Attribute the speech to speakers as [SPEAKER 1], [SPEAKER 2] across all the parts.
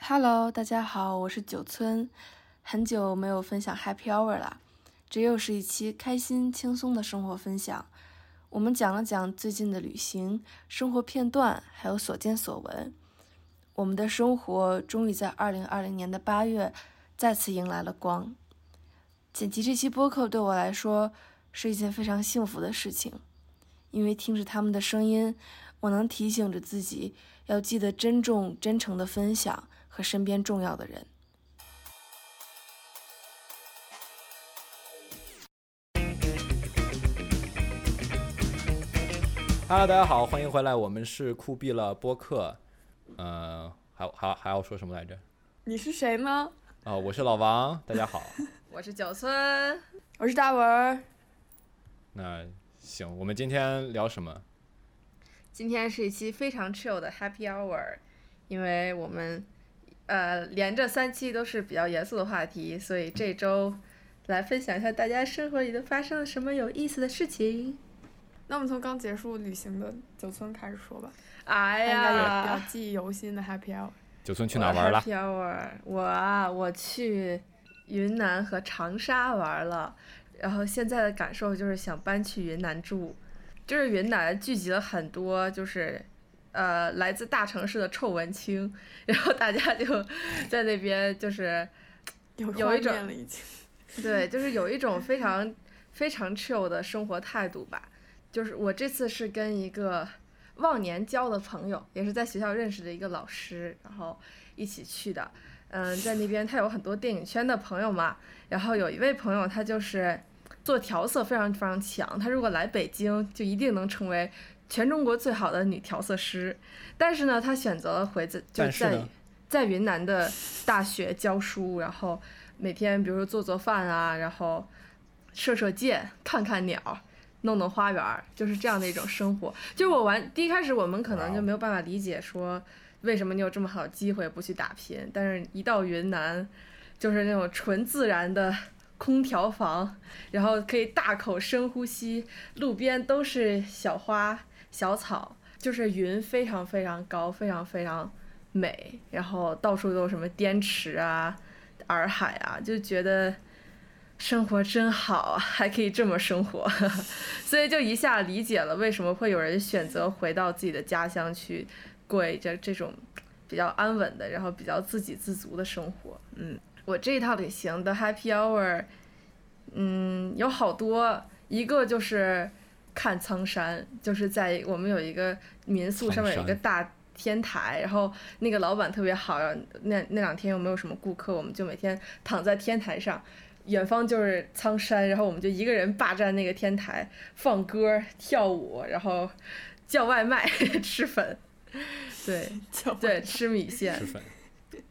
[SPEAKER 1] Hello，大家好，我是九村，很久没有分享 Happy Hour 了，这又是一期开心轻松的生活分享。我们讲了讲最近的旅行、生活片段，还有所见所闻。我们的生活终于在二零二零年的八月再次迎来了光。剪辑这期播客对我来说是一件非常幸福的事情，因为听着他们的声音，我能提醒着自己要记得珍重、真诚的分享。和身边重要的人。
[SPEAKER 2] Hello，大家好，欢迎回来，我们是酷毙了播客。呃，还还还要说什么来着？
[SPEAKER 1] 你是谁呢？
[SPEAKER 2] 啊、我是老王，大家好。
[SPEAKER 3] 我是九村，
[SPEAKER 1] 我是大文儿。
[SPEAKER 2] 那行，我们今天聊什么？
[SPEAKER 3] 今天是一期非常 chill 的 Happy Hour，因为我们呃连着三期都是比较严肃的话题，所以这周来分享一下大家生活里都发生了什么有意思的事情。
[SPEAKER 4] 那我们从刚结束旅行的九村开始说吧，
[SPEAKER 3] 哎
[SPEAKER 4] 应该也比较
[SPEAKER 3] 呀，
[SPEAKER 4] 记忆犹新的 Happy Hour。
[SPEAKER 2] 九村去哪儿玩了？
[SPEAKER 3] ？Happy Hour，我啊，我去云南和长沙玩了，然后现在的感受就是想搬去云南住，就是云南聚集了很多就是。呃，来自大城市的臭文青，然后大家就在那边就是
[SPEAKER 4] 有
[SPEAKER 3] 有
[SPEAKER 4] 画
[SPEAKER 3] 一种
[SPEAKER 4] 面了已经，
[SPEAKER 3] 对，就是有一种非常非常 chill 的生活态度吧。就是我这次是跟一个忘年交的朋友，也是在学校认识的一个老师，然后一起去的。嗯，在那边他有很多电影圈的朋友嘛，然后有一位朋友他就是做调色非常非常强，他如果来北京就一定能成为全中国最好的女调色师。但是呢，他选择了回自就
[SPEAKER 2] 但是
[SPEAKER 3] 在
[SPEAKER 2] 呢
[SPEAKER 3] 在云南的大学教书，然后每天比如说做做饭啊，然后射射箭、看看鸟、弄弄花园儿，就是这样的一种生活。就是我玩第一开始，我们可能就没有办法理解说为什么你有这么好的机会不去打拼，但是一到云南，就是那种纯自然的空调房，然后可以大口深呼吸，路边都是小花小草，就是云非常非常高，非常非常美，然后到处都有什么滇池啊、洱海啊，就觉得生活真好，啊， 还可以这么生活， 所以就一下理解了为什么会有人选择回到自己的家乡去过着这种比较安稳的，然后比较自给自足的生活。嗯，我这一趟旅行的 Happy Hour，嗯，有好多，一个就是看苍山，就是在我们有一个民宿上面有一
[SPEAKER 2] 苍
[SPEAKER 3] 个
[SPEAKER 2] 山
[SPEAKER 3] 大天台，然后那个老板特别好，然后那那两天又没有什么顾客，我们就每天躺在天台上。远方就是苍山，然后我们就一个人霸占那个天台，放歌、跳舞，然后叫外卖、 吃粉，对，
[SPEAKER 4] 就
[SPEAKER 3] 对，吃米
[SPEAKER 2] 吃
[SPEAKER 3] 线，
[SPEAKER 2] 粉。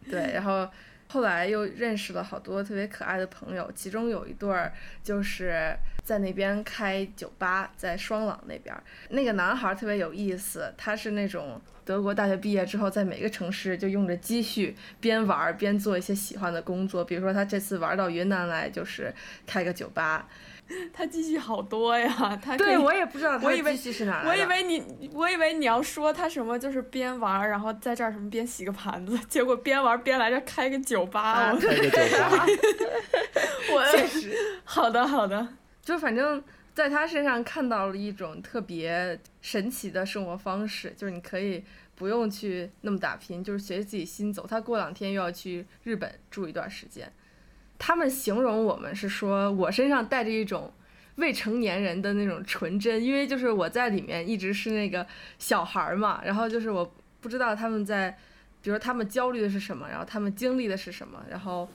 [SPEAKER 3] 对，然后后来又认识了好多特别可爱的朋友，其中有一对儿就是在那边开酒吧，在双廊那边儿，那个男孩儿特别有意思，他是那种。德国大学毕业之后，在每个城市就用着积蓄边玩儿边做一些喜欢的工作，比如说他这次玩到云南来就是开个酒吧。
[SPEAKER 4] 他积蓄好多呀，他可以
[SPEAKER 3] 对我也不知道他
[SPEAKER 4] 我
[SPEAKER 3] 的
[SPEAKER 4] 以为
[SPEAKER 3] 积蓄是哪来的。
[SPEAKER 4] 我以为你，我以为你要说他什么，就是边玩儿，然后在这儿什么边洗个盘子，结果边玩儿边来这儿开个酒吧，
[SPEAKER 3] 啊
[SPEAKER 4] 我
[SPEAKER 2] 开个酒 吧，
[SPEAKER 4] 我
[SPEAKER 3] 确实，
[SPEAKER 4] 好的好的，
[SPEAKER 3] 就反正在他身上看到了一种特别神奇的生活方式，就是你可以不用去那么打拼，就是随自己心走。他过两天又要去日本住一段时间，他们形容我们是说我身上带着一种。未成年人的那种纯真，因为就是我在里面一直是那个小孩儿嘛，然后就是我不知道他们在，比如说他们焦虑的是什么，然后他们经历的是什么，然后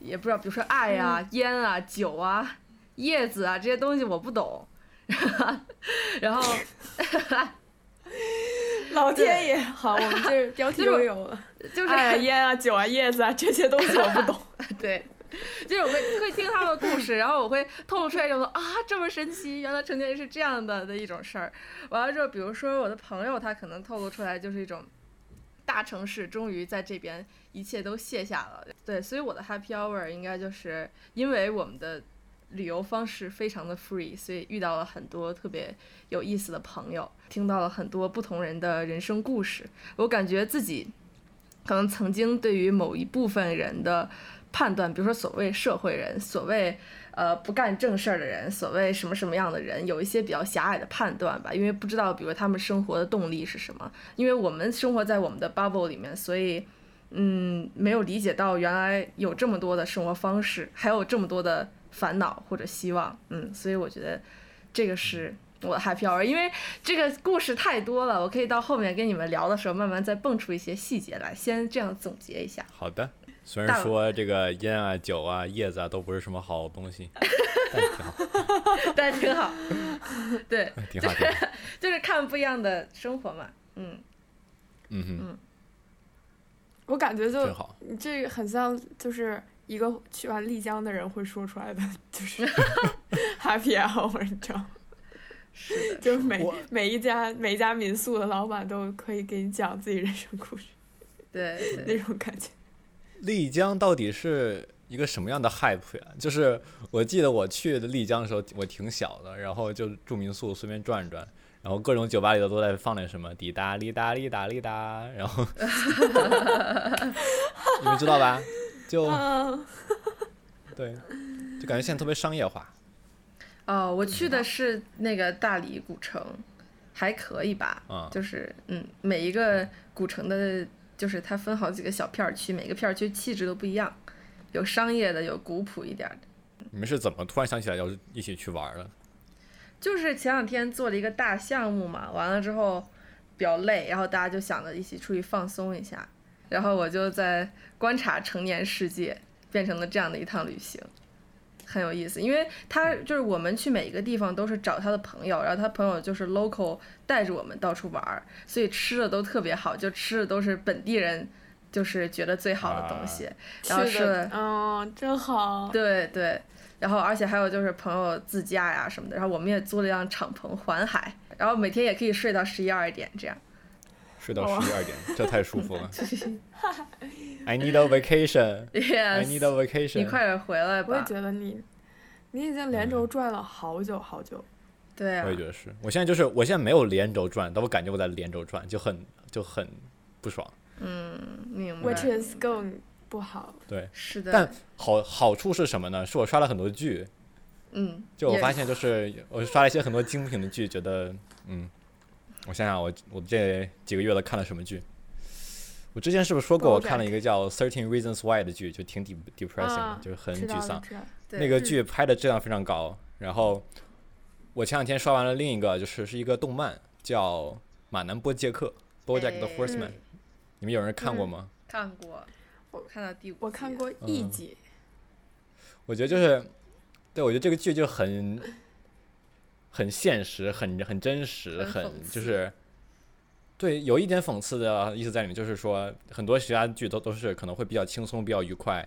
[SPEAKER 3] 也不知道，比如说爱啊、烟啊、酒啊，叶子啊这些东西我不懂， 然后
[SPEAKER 4] 老天爷，好，我们 这标题
[SPEAKER 3] 就是
[SPEAKER 4] 都有了，
[SPEAKER 3] 就是、
[SPEAKER 4] 哎呀烟啊酒啊叶子啊这些东西我不懂，
[SPEAKER 3] 对，就是我会会听他们的故事，然后我会透露出来一种啊这么神奇，原来成年人是这样的的一种事儿。完了之后，比如说我的朋友，他可能透露出来就是一种大城市终于在这边一切都卸下了。对，所以我的 happy hour 应该就是因为我们的旅游方式非常的 free，所以遇到了很多特别有意思的朋友，听到了很多不同人的人生故事，我感觉自己。可能曾经对于某一部分人的判断，比如说所谓社会人，所谓呃不干正事儿的人，所谓什么什么样的人，有一些比较狭隘的判断吧，因为不知道，比如他们生活的动力是什么，因为我们生活在我们的 bubble 里面，所以。嗯，没有理解到原来有这么多的生活方式，还有这么多的烦恼或者希望，嗯，所以我觉得这个是我的 happy hour，因为这个故事太多了，我可以到后面跟你们聊的时候慢慢再蹦出一些细节来，先这样总结一下。
[SPEAKER 2] 好的，虽然说这个烟啊、酒啊、叶子啊都不是什么好东西，哎但挺好，
[SPEAKER 3] 但挺好，对，
[SPEAKER 2] 挺好，挺好。
[SPEAKER 3] 就是看不一样的生活嘛，嗯
[SPEAKER 2] 嗯哼，
[SPEAKER 4] 我感觉就
[SPEAKER 2] 真好。
[SPEAKER 4] 你这个很像就是一个去完丽江的人会说出来的，就是 happy hour，你知道吗？
[SPEAKER 3] 是的，
[SPEAKER 4] 就是每
[SPEAKER 2] 我
[SPEAKER 4] 每一家每一家民宿的老板都可以给你讲自己人生故事
[SPEAKER 3] 对对
[SPEAKER 4] 那种感觉。
[SPEAKER 2] 丽江到底是一个什么样的 hype 呀、就是我记得我去丽江的时候，我挺小的，然后就住民宿随便转转，然后各种酒吧里头都在放点什么滴答滴答滴答滴答，然后 你们知道吧？就
[SPEAKER 4] 嗯，
[SPEAKER 2] 对，就感觉现在特别商业化。
[SPEAKER 3] 哦，我去的是那个大理古城，还可以吧，
[SPEAKER 2] 嗯
[SPEAKER 3] 就是嗯，每一个古城的，就是它分好几个小片儿区，每个片儿区气质都不一样，有商业的，有古朴一点儿的。
[SPEAKER 2] 你们是怎么突然想起来要一起去玩儿的？
[SPEAKER 3] 就是前两天做了一个大项目嘛，完了之后比较累，然后大家就想着一起出去放松一下，然后我就在观察成年世界，变成了这样的一趟旅行，很有意思。因为他就是我们去每一个地方都是找他的朋友，然后他朋友就是 local 带着我们到处玩儿，所以吃的都特别好，就吃的都是本地人就是觉得最好的东西，然后
[SPEAKER 4] 去
[SPEAKER 3] 吃了
[SPEAKER 4] 的，嗯，真好。
[SPEAKER 3] 对对，然后而且还有就是朋友自驾呀什么的，然后我们也租了一辆敞篷环海，然后每天也可以睡到十一二点这样。
[SPEAKER 2] 睡到
[SPEAKER 4] 哇
[SPEAKER 2] 十一二点，这太舒服了。I need a vacation. I need
[SPEAKER 3] yes，
[SPEAKER 2] a vacation.
[SPEAKER 3] 你快点回来
[SPEAKER 4] 我也
[SPEAKER 3] 吧。
[SPEAKER 4] 觉得你，你已经连
[SPEAKER 2] 嗯
[SPEAKER 4] 轴转了好久好久。
[SPEAKER 3] 对啊
[SPEAKER 2] 我也，觉得是，我现在就是我现在没有连轴转，但我感觉我在连轴转，就很就很不爽。
[SPEAKER 3] 嗯
[SPEAKER 2] 嗯
[SPEAKER 3] 明白。
[SPEAKER 4] Which is 更不好。
[SPEAKER 2] 对，
[SPEAKER 3] 是的，
[SPEAKER 2] 但好好处是什么呢？是我刷了很多剧，
[SPEAKER 3] 嗯，
[SPEAKER 2] 就我
[SPEAKER 3] 也
[SPEAKER 2] 发现就是我刷了一些很多精品的剧，觉得嗯，我想想我我这几个月都看了什么剧。我之前是不是说过我
[SPEAKER 4] BoJack
[SPEAKER 2] 看了一个叫《Thirteen Reasons Why》的剧，就挺 de depressing 的，
[SPEAKER 4] 啊
[SPEAKER 2] 就是很
[SPEAKER 4] 知道
[SPEAKER 2] 沮
[SPEAKER 4] 了
[SPEAKER 2] 丧。
[SPEAKER 4] 知道了
[SPEAKER 3] 对
[SPEAKER 2] 那个剧拍的质量非常高。然后我前两天刷完了另一个，就是是一个动漫叫《马南波杰克》（BoJack the
[SPEAKER 3] 哎
[SPEAKER 2] Horseman），、你们有人看过吗？
[SPEAKER 3] 看过，我看到第五，
[SPEAKER 4] 我看，
[SPEAKER 2] 嗯
[SPEAKER 4] 过一集，
[SPEAKER 2] 我觉得就是，对我觉得这个剧就很很现实，很很真实，很
[SPEAKER 3] 很讽刺
[SPEAKER 2] 就是。对，有一点讽刺的意思在里面，就是说很多其他剧都都是可能会比较轻松、比较愉快，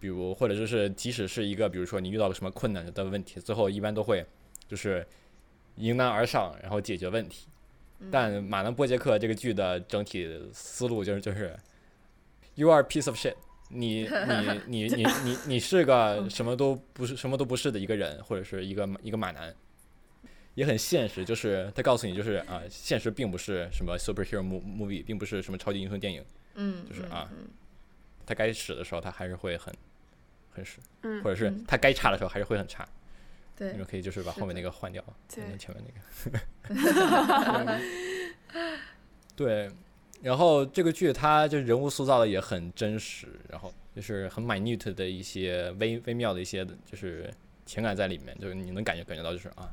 [SPEAKER 2] 比如或者就是即使是一个，比如说你遇到了什么困难的问题，最后一般都会就是迎难而上，然后解决问题。
[SPEAKER 3] 嗯
[SPEAKER 2] 但《马南波杰克》这个剧的整体思路就是就是 You are a piece of shit，你你你你你你是个什么都不是什么都不是的一个人，或者是一个一个马男，也很现实。就是他告诉你，就是啊，现实并不是什么 superhero mo- movie，并不是什么超级英雄电影。
[SPEAKER 3] 嗯，
[SPEAKER 2] 就是
[SPEAKER 3] 嗯
[SPEAKER 2] 啊
[SPEAKER 3] 嗯
[SPEAKER 2] 他该使的时候，他还是会很很使，
[SPEAKER 4] 嗯
[SPEAKER 2] 或者是
[SPEAKER 3] 嗯
[SPEAKER 2] 他该差的时候还是会很差。
[SPEAKER 3] 对
[SPEAKER 2] 你们可以就是把
[SPEAKER 3] 是
[SPEAKER 2] 后面
[SPEAKER 3] 的
[SPEAKER 2] 那个换掉，
[SPEAKER 4] 对
[SPEAKER 2] 换成前面那个。 对，然后这个剧它就人物塑造的也很真实，然后就是很 minute 的一些微微妙的一些就是情感在里面，就是你能感觉感觉到就是啊，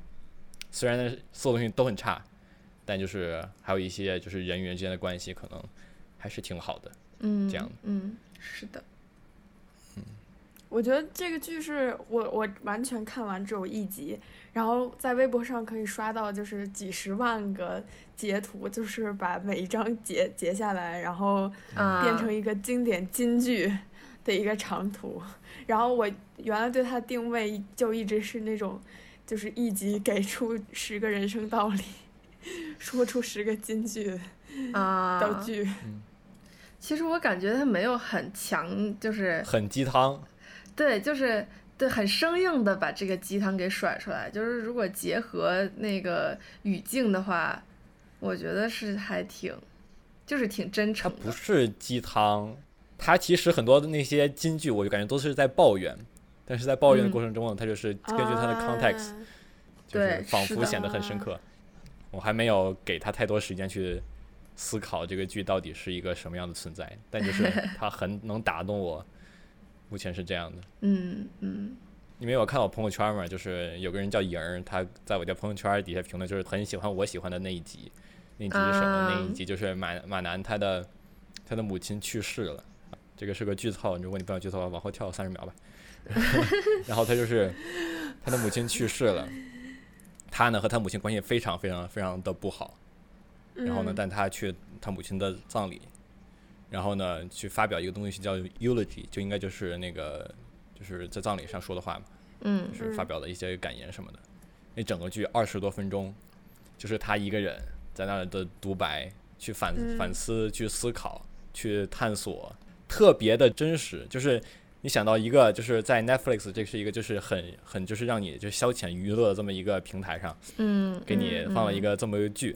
[SPEAKER 2] 虽然所有东西都很差，但就是还有一些就是人与人之间的关系可能还是挺好的。
[SPEAKER 3] 嗯，
[SPEAKER 2] 这样
[SPEAKER 3] 嗯，是的，
[SPEAKER 4] 我觉得这个剧是我我完全看完只有一集，然后在微博上可以刷到就是几十万个截图，就是把每一张截截下来，然后
[SPEAKER 2] 嗯
[SPEAKER 3] 啊，
[SPEAKER 4] 变成一个经典金句的一个长图。然后我原来对它定位就一直是那种，就是一集给出十个人生道理， 说出十个金句
[SPEAKER 3] 啊
[SPEAKER 4] 道具。
[SPEAKER 3] 其实我感觉它没有很强，就是
[SPEAKER 2] 很鸡汤，
[SPEAKER 3] 对，就是对，很生硬的把这个鸡汤给甩出来。就是如果结合那个语境的话，我觉得是还挺就是挺真
[SPEAKER 2] 它
[SPEAKER 3] 诚
[SPEAKER 2] 不
[SPEAKER 3] 的。
[SPEAKER 2] 是鸡汤，它其实很多的那些金句，我就感觉都是在抱怨，但是在抱怨的过程中，它就是根据它的 context，、
[SPEAKER 4] 啊
[SPEAKER 2] 就是
[SPEAKER 3] 嗯对
[SPEAKER 2] 仿
[SPEAKER 3] 是
[SPEAKER 2] 佛
[SPEAKER 3] 的
[SPEAKER 2] 显得很深刻。我还没有给他太多时间去思考这个剧到底是一个什么样的存在，但就是它很能打动我，目前是这样的。
[SPEAKER 3] 嗯嗯，
[SPEAKER 2] 因为我看我朋友圈嘛，就是有个人叫莹儿，她在我的朋友圈底下评论就是很喜欢我喜欢的那一集，那一集是什么？那一
[SPEAKER 3] 啊
[SPEAKER 2] 集就是马马南他的他的母亲去世了，这个是个剧透，如果你不想剧透的话，往后跳三十秒吧。 然后他就是他的母亲去世了，他呢和他母亲关系非常非常非常的不好，然后呢，
[SPEAKER 4] 嗯
[SPEAKER 2] 但他去他母亲的葬礼，然后呢去发表一个东西叫 eulogy，就应该就是那个就是在葬礼上说的话嘛。
[SPEAKER 3] 嗯
[SPEAKER 2] 就是发
[SPEAKER 4] 嗯
[SPEAKER 2] 表了一些感言什么的。那整个剧二十多分钟，就是他一个人在那儿的独白，去反、反
[SPEAKER 4] 嗯
[SPEAKER 2] 思、去思考、去探索，特别的真实。就是你想到一个，就是在 Netflix 这是一个就是很很就是让你就消遣娱乐的这么一个平台上，
[SPEAKER 3] 嗯，
[SPEAKER 2] 给你
[SPEAKER 3] 嗯
[SPEAKER 2] 放了一个这么一个剧。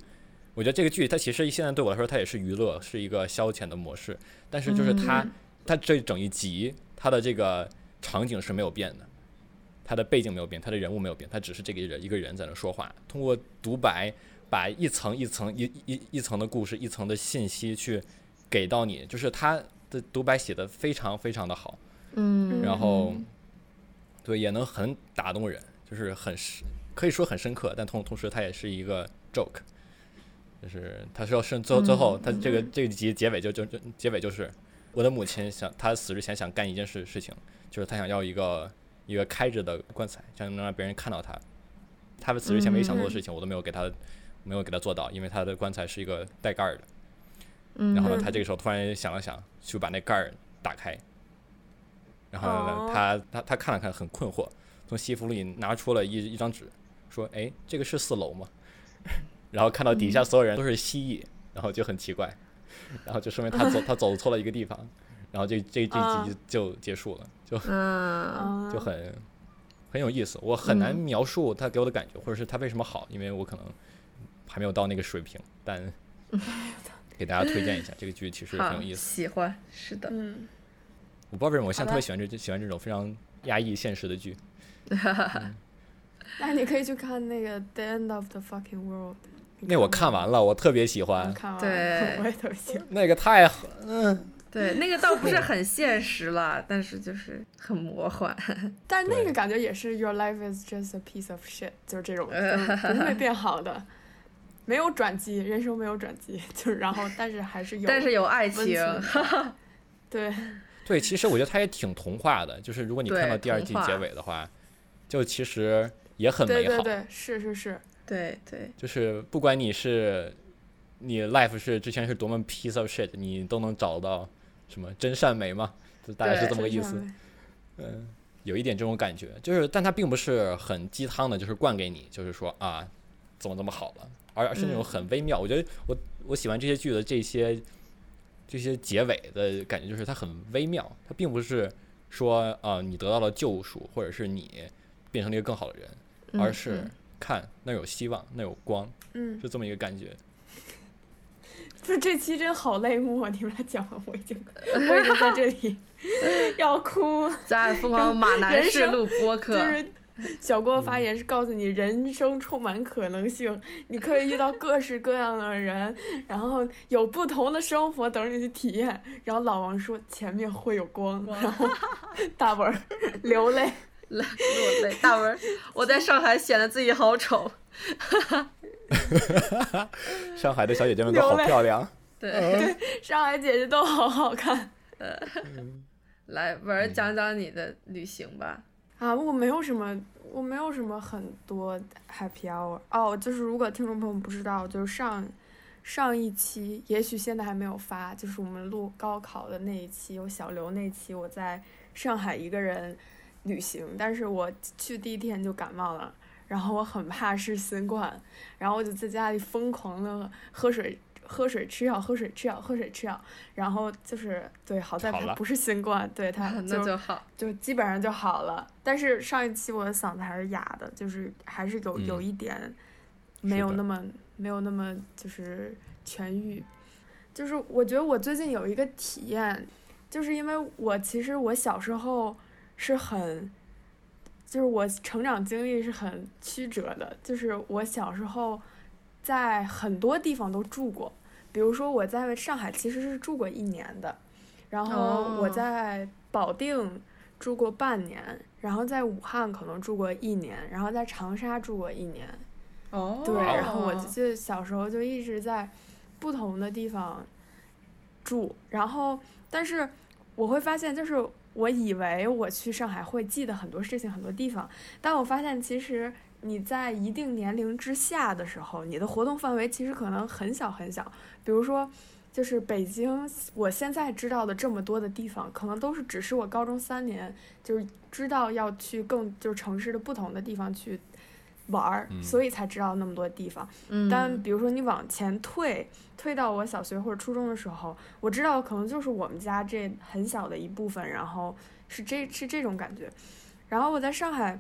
[SPEAKER 2] 我觉得这个剧它其实现在对我来说它也是娱乐，是一个消遣的模式，但是
[SPEAKER 3] 嗯
[SPEAKER 2] 就是它、它这整一集它的这个场景是没有变的，它的背景没有变，它的人物没有变，它只是这个人一个人在那说话，通过独白把一层一层一一一一层的故事一层的信息去给到你，就是它的独白写的非常非常的好，
[SPEAKER 3] 嗯，
[SPEAKER 2] 然后
[SPEAKER 3] 嗯
[SPEAKER 2] 对也能很打动人，就是很深可以说很深刻，但同同时它也是一个 joke，就是他说是最后最
[SPEAKER 3] 嗯
[SPEAKER 2] 后他这个这个集结尾就就就结尾就是我的母亲想她死之前想干一件事事情，就是她想要一个一个开着的棺材，这样能让别人看到她。她死之前唯一想
[SPEAKER 3] 嗯
[SPEAKER 2] 做的事情，我都没有给她没有给她做到，因为她的棺材是一个带盖儿的。
[SPEAKER 3] 嗯
[SPEAKER 2] 然后呢，
[SPEAKER 4] 嗯
[SPEAKER 2] 他这个时候突然想了想，去把那盖儿打开。然后呢
[SPEAKER 4] 哦，
[SPEAKER 2] 他他他看了看，很困惑，从西服里拿出了一一张纸，说：“哎，这个是四楼吗？” 然后看到
[SPEAKER 3] 嗯
[SPEAKER 2] 底下所有人都是蜥蜴，然后就很奇怪，然后就说明他 走他走错了一个地方，然后这这这
[SPEAKER 4] 啊
[SPEAKER 2] 集就结束了，就
[SPEAKER 3] 哦嗯
[SPEAKER 4] 啊
[SPEAKER 2] 就很很有意思。我很难
[SPEAKER 3] 嗯
[SPEAKER 2] 描述他给我的感觉，或者是他为什么好，因为我可能还没有到那个水平， 但给大家推荐一下这个剧，其实很
[SPEAKER 3] 好
[SPEAKER 2] 有意思。
[SPEAKER 3] 喜欢，是 的，
[SPEAKER 4] 嗯，
[SPEAKER 2] 我不知道为什么我现在特别
[SPEAKER 4] 好的
[SPEAKER 2] 喜欢这喜欢这种非常压抑现实的剧。
[SPEAKER 4] 那你可以去看那个《The End of the Fucking World》。
[SPEAKER 2] 那我看完了，我特别喜
[SPEAKER 4] 你
[SPEAKER 2] 欢
[SPEAKER 4] 看完
[SPEAKER 3] 对
[SPEAKER 4] 我也特别喜欢。
[SPEAKER 2] 那个太嗯好
[SPEAKER 3] 对，那个倒不是很现实了，但是就是很魔幻，
[SPEAKER 4] 但是那
[SPEAKER 2] 对
[SPEAKER 4] 个感觉也是 Your life is just a piece of shit，就是 这种，就是不会变好的，没有转机，人生没有转机， 就是然后但是还是有，
[SPEAKER 3] 但是有爱
[SPEAKER 4] 温
[SPEAKER 3] 情，
[SPEAKER 4] 情的。对，
[SPEAKER 2] 对，其实我觉得它也挺童话的，就是如果你
[SPEAKER 3] 对
[SPEAKER 2] 看到第二
[SPEAKER 3] 童
[SPEAKER 2] 季
[SPEAKER 3] 话
[SPEAKER 2] 结尾的话，就其实也很
[SPEAKER 4] 对
[SPEAKER 2] 美
[SPEAKER 4] 对
[SPEAKER 2] 好。
[SPEAKER 4] 对，是是是，
[SPEAKER 3] 对对，
[SPEAKER 2] 就是不管你是你 life 是之前是多么 piece of shit，你都能找到什么真善美吗？就大概是
[SPEAKER 3] 对
[SPEAKER 2] 这么个意
[SPEAKER 4] 真
[SPEAKER 2] 思
[SPEAKER 4] 善。美
[SPEAKER 2] 嗯，有一点这种感觉，就是，但它并不是很鸡汤的，就是灌给你，就是说啊，怎么怎么好了，而而是那种
[SPEAKER 3] 嗯
[SPEAKER 2] 很微妙。我觉得我我喜欢这些剧的这些这些结尾的感觉，就是它很微妙，它并不是说啊、你得到了救赎，或者是你变成了一个更好的人，
[SPEAKER 3] 嗯
[SPEAKER 2] 而是
[SPEAKER 3] 嗯
[SPEAKER 2] 看那有希望，那有光，
[SPEAKER 4] 嗯，
[SPEAKER 2] 是这么一个感觉。
[SPEAKER 4] 就这期真好泪目啊！你们俩讲完，我已 经我已经在这里要哭了。
[SPEAKER 3] 在疯狂马男
[SPEAKER 4] 人
[SPEAKER 3] 士
[SPEAKER 4] 生
[SPEAKER 3] 录播客
[SPEAKER 4] 就，是小郭发言是告诉你，人生充满可能性，你可以遇到各式各样的人，然后有不同的生活等着你去体验。然后老王说前面会有光，然后大本儿流泪，
[SPEAKER 3] 落落泪。大文儿，我在上海显得自己好丑，
[SPEAKER 2] 上海的小姐姐们都
[SPEAKER 4] 流
[SPEAKER 2] 好
[SPEAKER 4] 泪
[SPEAKER 2] 漂亮，啊
[SPEAKER 3] 对，
[SPEAKER 4] 上海姐姐都好好看
[SPEAKER 3] 来文儿讲讲你的旅行吧，
[SPEAKER 4] 啊！我没有什么，我没有什么很多 happy hour 哦，就是如果听众朋友们不知道，就是上。上一期也许现在还没有发，就是我们录高考的那一期，有小刘那期，我在上海一个人旅行，但是我去第一天就感冒了，然后我很怕是新冠，然后我就在家里疯狂的喝水。喝水吃药，喝水吃药，喝水吃药，然后就是对，好在
[SPEAKER 2] 好
[SPEAKER 4] 它
[SPEAKER 2] 了
[SPEAKER 4] 不是新冠，对它
[SPEAKER 3] 那就好。
[SPEAKER 4] 就基本上就好了。但是上一期我的嗓子还是哑的，就是还是有、
[SPEAKER 2] 嗯
[SPEAKER 4] 有一点没有
[SPEAKER 2] 是的
[SPEAKER 4] 那么没有那么就是痊愈。就是我觉得我最近有一个体验，就是因为我其实我小时候是很，就是我成长经历是很曲折的，就是我小时候在很多地方都住过，比如说我在上海其实是住过一年的，然后我
[SPEAKER 3] 哦
[SPEAKER 4] 在保定住过半年，然后在武汉可能住过一年，然后在长沙住过一年，
[SPEAKER 3] 哦
[SPEAKER 4] 对，然后我就记得小时候就一直在不同的地方住，然后但是我会发现，就是我以为我去上海会记得很多事情、很多地方，但我发现其实你在一定年龄之下的时候，你的活动范围其实可能很小很小，比如说。就是北京，我现在知道的这么多的地方，可能都是只是我高中三年就是知道要去更就是城市的不同的地方去玩儿，
[SPEAKER 2] 嗯
[SPEAKER 4] 所以才知道那么多地方。
[SPEAKER 3] 嗯，
[SPEAKER 4] 但比如说你往前退，退到我小学或者初中的时候，我知道可能就是我们家这很小的一部分，然后是这是这种感觉。然后我在上海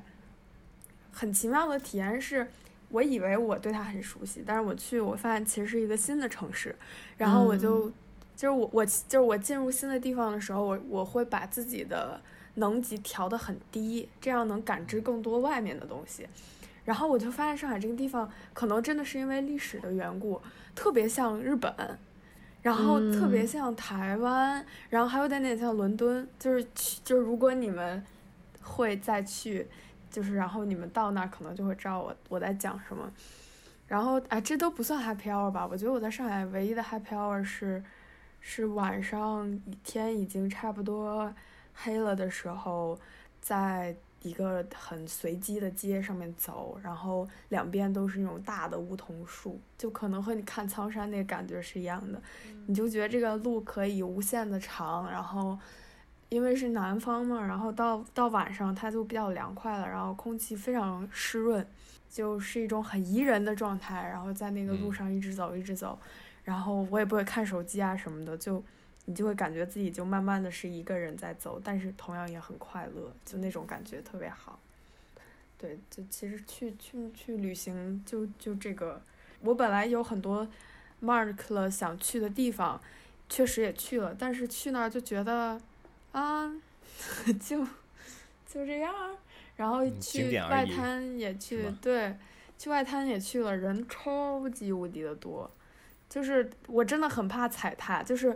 [SPEAKER 4] 很奇妙的体验是，我以为我对它很熟悉，但是我去我发现其实是一个新的城市，然后我就、就是我我就是我进入新的地方的时候，我我会把自己的能级调得很低，这样能感知更多外面的东西。然后我就发现上海这个地方，可能真的是因为历史的缘故，特别像日本，然后特别
[SPEAKER 3] 嗯
[SPEAKER 4] 像台湾，然后还有点点像伦敦。就是去，就是如果你们会再去，就是然后你们到那儿可能就会知道我我在讲什么。然后哎，这都不算 happy hour 吧？我觉得我在上海唯一的 happy hour 是，是晚上天已经差不多黑了的时候，在一个很随机的街上面走，然后两边都是那种大的梧桐树，就可能和你看苍山那个感觉是一样的，你就觉得这个路可以无限的长，然后。因为是南方嘛，然后到到晚上它就比较凉快了，然后空气非常湿润，就是一种很宜人的状态。然后在那个路
[SPEAKER 2] 嗯
[SPEAKER 4] 上一直走，一直走，然后我也不会看手机啊什么的，就你就会感觉自己就慢慢的是一个人在走，但是同样也很快乐，就那种感觉特别好。对，就其实去去去旅行，就就这个，我本来有很多 mark 了想去的地方，确实也去了，但是去那儿就觉得啊， 就就这样儿，然后
[SPEAKER 2] 嗯景
[SPEAKER 4] 去
[SPEAKER 2] 点而
[SPEAKER 4] 外
[SPEAKER 2] 已
[SPEAKER 4] 滩也去
[SPEAKER 2] 吗，
[SPEAKER 4] 对，去外滩也去了，人超级无敌的多，就是我真的很怕踩踏，就是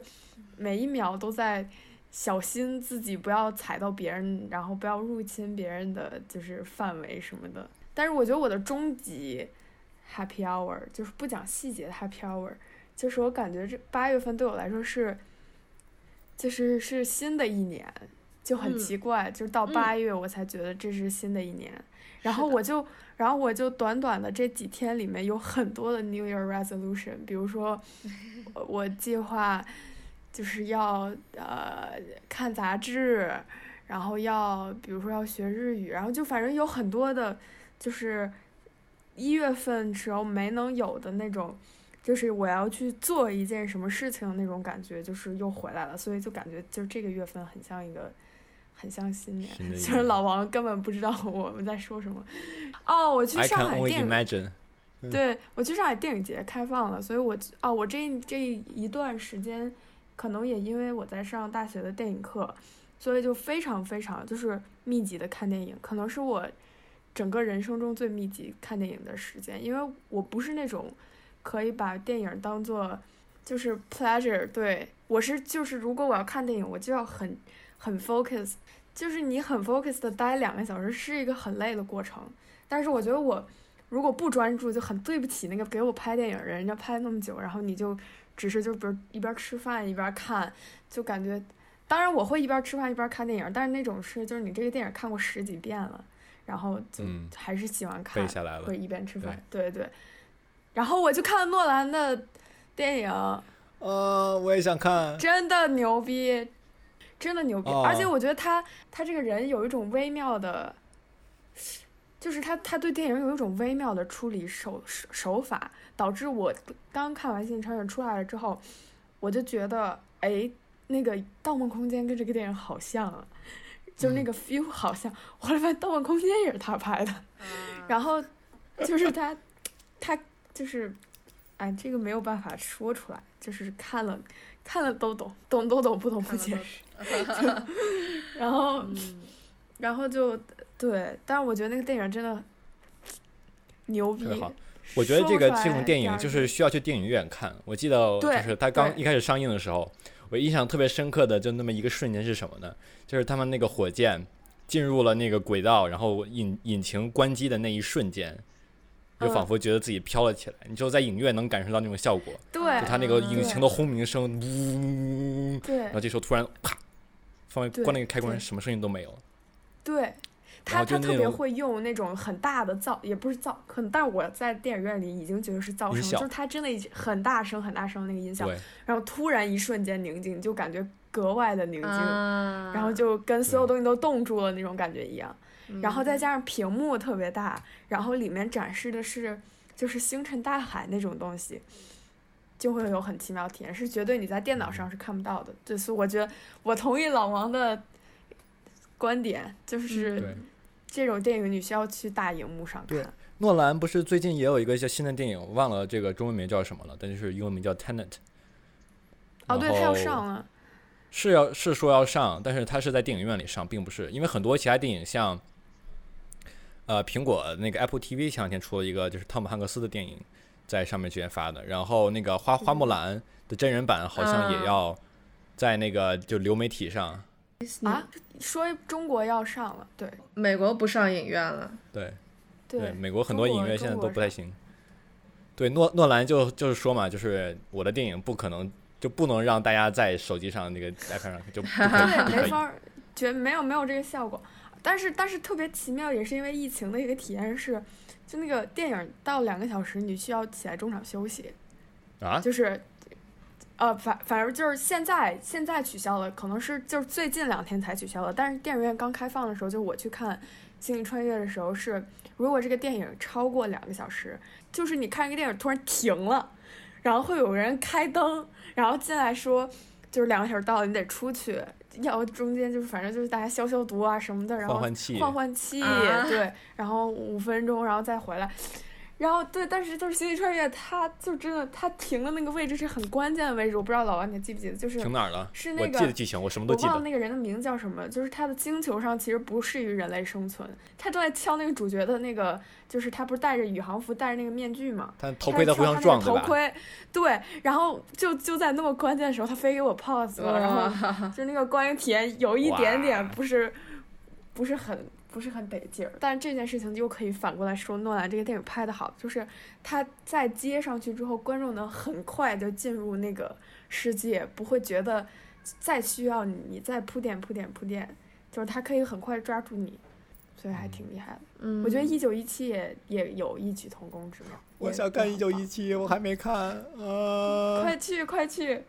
[SPEAKER 4] 每一秒都在小心自己不要踩到别人，然后不要入侵别人的就是范围什么的。但是我觉得我的终极 happy hour 就是不讲细节的 happy hour，就是我感觉这八月份对我来说是，就是是新的一年，就很
[SPEAKER 3] 嗯
[SPEAKER 4] 奇怪，就是到
[SPEAKER 3] 嗯
[SPEAKER 4] 八月我才觉得这是新的一年。然
[SPEAKER 3] 是
[SPEAKER 4] 后
[SPEAKER 3] 的
[SPEAKER 4] 我就，然后我就短短的这几天里面有很多的 New Year resolution，比 如说我我计划就是要呃看杂志，然后要比如说要学日语，然后就反正有很多的，就是一月份时候没能有的那种。就是我要去做一件什么事情的那种感觉，就是又回来了，所以就感觉就这个月份很像一个，很像新年。
[SPEAKER 2] 新的一
[SPEAKER 4] 就是
[SPEAKER 2] 年
[SPEAKER 4] 老王根本不知道我们在说什么。哦，我去
[SPEAKER 2] I
[SPEAKER 4] 上
[SPEAKER 2] can
[SPEAKER 4] 海
[SPEAKER 2] only
[SPEAKER 4] 电影，
[SPEAKER 2] imagine。
[SPEAKER 4] 对我去上海电影节开放了，所以我哦，我这这一段时间，可能也因为我在上大学的电影课，所以就非常非常就是密集的看电影，可能是我整个人生中最密集看电影的时间，因为我不是那种可以把电影当做就是 pleasure，对我是就是如果我要看电影，我就要很很 focus，就是你很 focus 的待两个小时是一个很累的过程，但是我觉得我如果不专注，就很对不起那个给我拍电影的人，人家拍那么久，然后你就只是就比如一边吃饭一边看，就感觉。当然我会一边吃饭一边看电影，但是那种是就是你这个电影看过十几遍了，然后就
[SPEAKER 2] 嗯
[SPEAKER 4] 还是喜欢看，
[SPEAKER 2] 背下来了
[SPEAKER 4] 会。一边吃饭，对对。然后我就看了诺兰的电影，
[SPEAKER 2] 呃，我也想看。
[SPEAKER 4] 真的牛逼，真的牛逼！
[SPEAKER 2] 哦
[SPEAKER 4] 而且我觉得他他这个人有一种微妙的，就是他他对电影有一种微妙的处理手手手法，导致我刚看完《星际穿越》出来了之后，我就觉得，哎，那个《盗梦空间》跟这个电影好像啊，就是
[SPEAKER 2] 嗯
[SPEAKER 4] 那个 feel 好像。我后来发现《盗梦空间》
[SPEAKER 3] 啊
[SPEAKER 4] 啊 也是他拍的。然后就是他，他就是哎，这个没有办法说出来，就是看了看了都懂，懂都懂，不懂不
[SPEAKER 3] 看
[SPEAKER 4] 解
[SPEAKER 3] 了
[SPEAKER 4] 释。然后， 然后就对，但是我觉得那个电影真的牛逼
[SPEAKER 2] 特别好。我觉得这个这种电影
[SPEAKER 4] 影
[SPEAKER 2] 就是需要去电影院看。我记得就
[SPEAKER 4] 对
[SPEAKER 2] 是它刚
[SPEAKER 4] 对
[SPEAKER 2] 一开始上映的时候，我印象特别深刻的就那么一个瞬间是什么呢？就是他们那个火箭进入了那个轨道，然后引引擎关机的那一瞬间，就
[SPEAKER 4] 嗯
[SPEAKER 2] 仿佛觉得自己飘了起来。你只有在影院能感受到那种效果，
[SPEAKER 4] 对
[SPEAKER 2] 就它那个引擎的轰鸣声，呜，
[SPEAKER 4] 对
[SPEAKER 2] 然后这时候突然啪，放
[SPEAKER 4] 对
[SPEAKER 2] 关那个开关，
[SPEAKER 4] 对
[SPEAKER 2] 什么声音都没有了。
[SPEAKER 4] 对，
[SPEAKER 2] 然
[SPEAKER 4] 他
[SPEAKER 2] 后就
[SPEAKER 4] 他
[SPEAKER 2] 那
[SPEAKER 4] 特别
[SPEAKER 2] 种
[SPEAKER 4] 会用那种很大的噪，也不是噪，可能但我在电影院里已经觉得是噪
[SPEAKER 2] 音
[SPEAKER 4] 声，
[SPEAKER 2] 效
[SPEAKER 4] 就是他真的已经很大声很大声那个音效，
[SPEAKER 2] 对，
[SPEAKER 4] 然后突然一瞬间宁静，就感觉格外的宁静，
[SPEAKER 3] 啊，
[SPEAKER 4] 然后就跟所有
[SPEAKER 2] 对
[SPEAKER 4] 东西都冻住了那种感觉一样。然后再
[SPEAKER 3] 嗯
[SPEAKER 4] 加上屏幕特别大，然后里面展示的是就是星辰大海那种东西，就会有很奇妙的体验，是绝对你在电脑
[SPEAKER 2] 嗯
[SPEAKER 4] 上是看不到的。这是我觉得我同意老王的观点，就是
[SPEAKER 2] 嗯对
[SPEAKER 4] 这种电影你需要去大荧幕上
[SPEAKER 2] 对
[SPEAKER 4] 看。
[SPEAKER 2] 诺兰不是最近也有一个叫新的电影，我忘了这个中文名叫什么了，但就是英文名叫《Tenant》。
[SPEAKER 4] 哦，对，
[SPEAKER 2] 然
[SPEAKER 4] 他要
[SPEAKER 2] 后
[SPEAKER 4] 上了，
[SPEAKER 2] 是要是说要上，但是它是在电影院里上，并不是因为很多其他电影像，呃，苹果那个 Apple TV 前两天出了一个就是汤姆汉克斯的电影，在上面之前发的，然后那个花
[SPEAKER 4] 嗯
[SPEAKER 2] 花木兰的真人版好像也
[SPEAKER 3] 啊
[SPEAKER 2] 要在那个就流媒体上，
[SPEAKER 4] 啊说中国要上了，对
[SPEAKER 3] 美国不上影院了，
[SPEAKER 2] 对，对，
[SPEAKER 4] 对
[SPEAKER 2] 美国很
[SPEAKER 4] 中
[SPEAKER 2] 多
[SPEAKER 4] 国
[SPEAKER 2] 影院
[SPEAKER 4] 中
[SPEAKER 2] 现在
[SPEAKER 4] 国
[SPEAKER 2] 都不太
[SPEAKER 4] 上
[SPEAKER 2] 行。对，诺诺兰就就是说嘛，就是我的电影不可能就不能让大家在手机上那个 iPad 上就不可以，不
[SPEAKER 4] 对，
[SPEAKER 2] 可
[SPEAKER 4] 没
[SPEAKER 2] 以
[SPEAKER 4] 法。儿，觉没有没有这个效果。但是但是特别奇妙，也是因为疫情的一个体验是，就那个电影到两个小时，你需要起来中场休息，
[SPEAKER 2] 啊，
[SPEAKER 4] 就是，呃，反反正就是现在现在取消了，可能是就是最近两天才取消了。但是电影院刚开放的时候，就我去看《星际穿越》的时候是，如果这个电影超过两个小时，就是你看一个电影突然停了，然后会有人开灯，然后进来说，就是两个小时到了，你得出去。要中间就是反正就是大家消消毒啊什么的，然后
[SPEAKER 2] 换换气，
[SPEAKER 4] 换换气，
[SPEAKER 3] 啊
[SPEAKER 4] 对，然后五分钟，然后再回来，然后对，但是就是《星际穿越》，它就真的它停的那个位置是很关键的位置，我不知道老王你还记不记得，就是
[SPEAKER 2] 停哪儿了？
[SPEAKER 4] 是
[SPEAKER 2] 我
[SPEAKER 4] 那
[SPEAKER 2] 记得
[SPEAKER 4] 个。
[SPEAKER 2] 剧情，我什么
[SPEAKER 4] 我
[SPEAKER 2] 都记
[SPEAKER 4] 忘了
[SPEAKER 2] 得。
[SPEAKER 4] 那个人的名字叫什么，就是他的星球上其实不适于人类生存。他正在敲那个主角的那个，就是他不是戴着宇航服、戴着那个面具嘛，
[SPEAKER 2] 他头盔在
[SPEAKER 4] 在
[SPEAKER 2] 互相撞，对
[SPEAKER 4] 头
[SPEAKER 2] 吧？
[SPEAKER 4] 盔，对，然后就就在那么关键的时候，他非给我 pause 了，然后
[SPEAKER 3] 后
[SPEAKER 4] 就是那个观影体验有一点点
[SPEAKER 2] 哇
[SPEAKER 4] 不是不是很不是很得劲儿。但这件事情又可以反过来说，诺兰这个电影拍的好，就是他在接上去之后，观众能很快就进入那个世界，不会觉得再需要你再铺垫铺垫铺垫，就是他可以很快抓住你。所以还挺厉害的，
[SPEAKER 3] 嗯，
[SPEAKER 4] 我觉得《一九一七》也也有异曲同工之妙。也也很棒
[SPEAKER 2] 七，我还没看。呃，
[SPEAKER 4] 快去快去！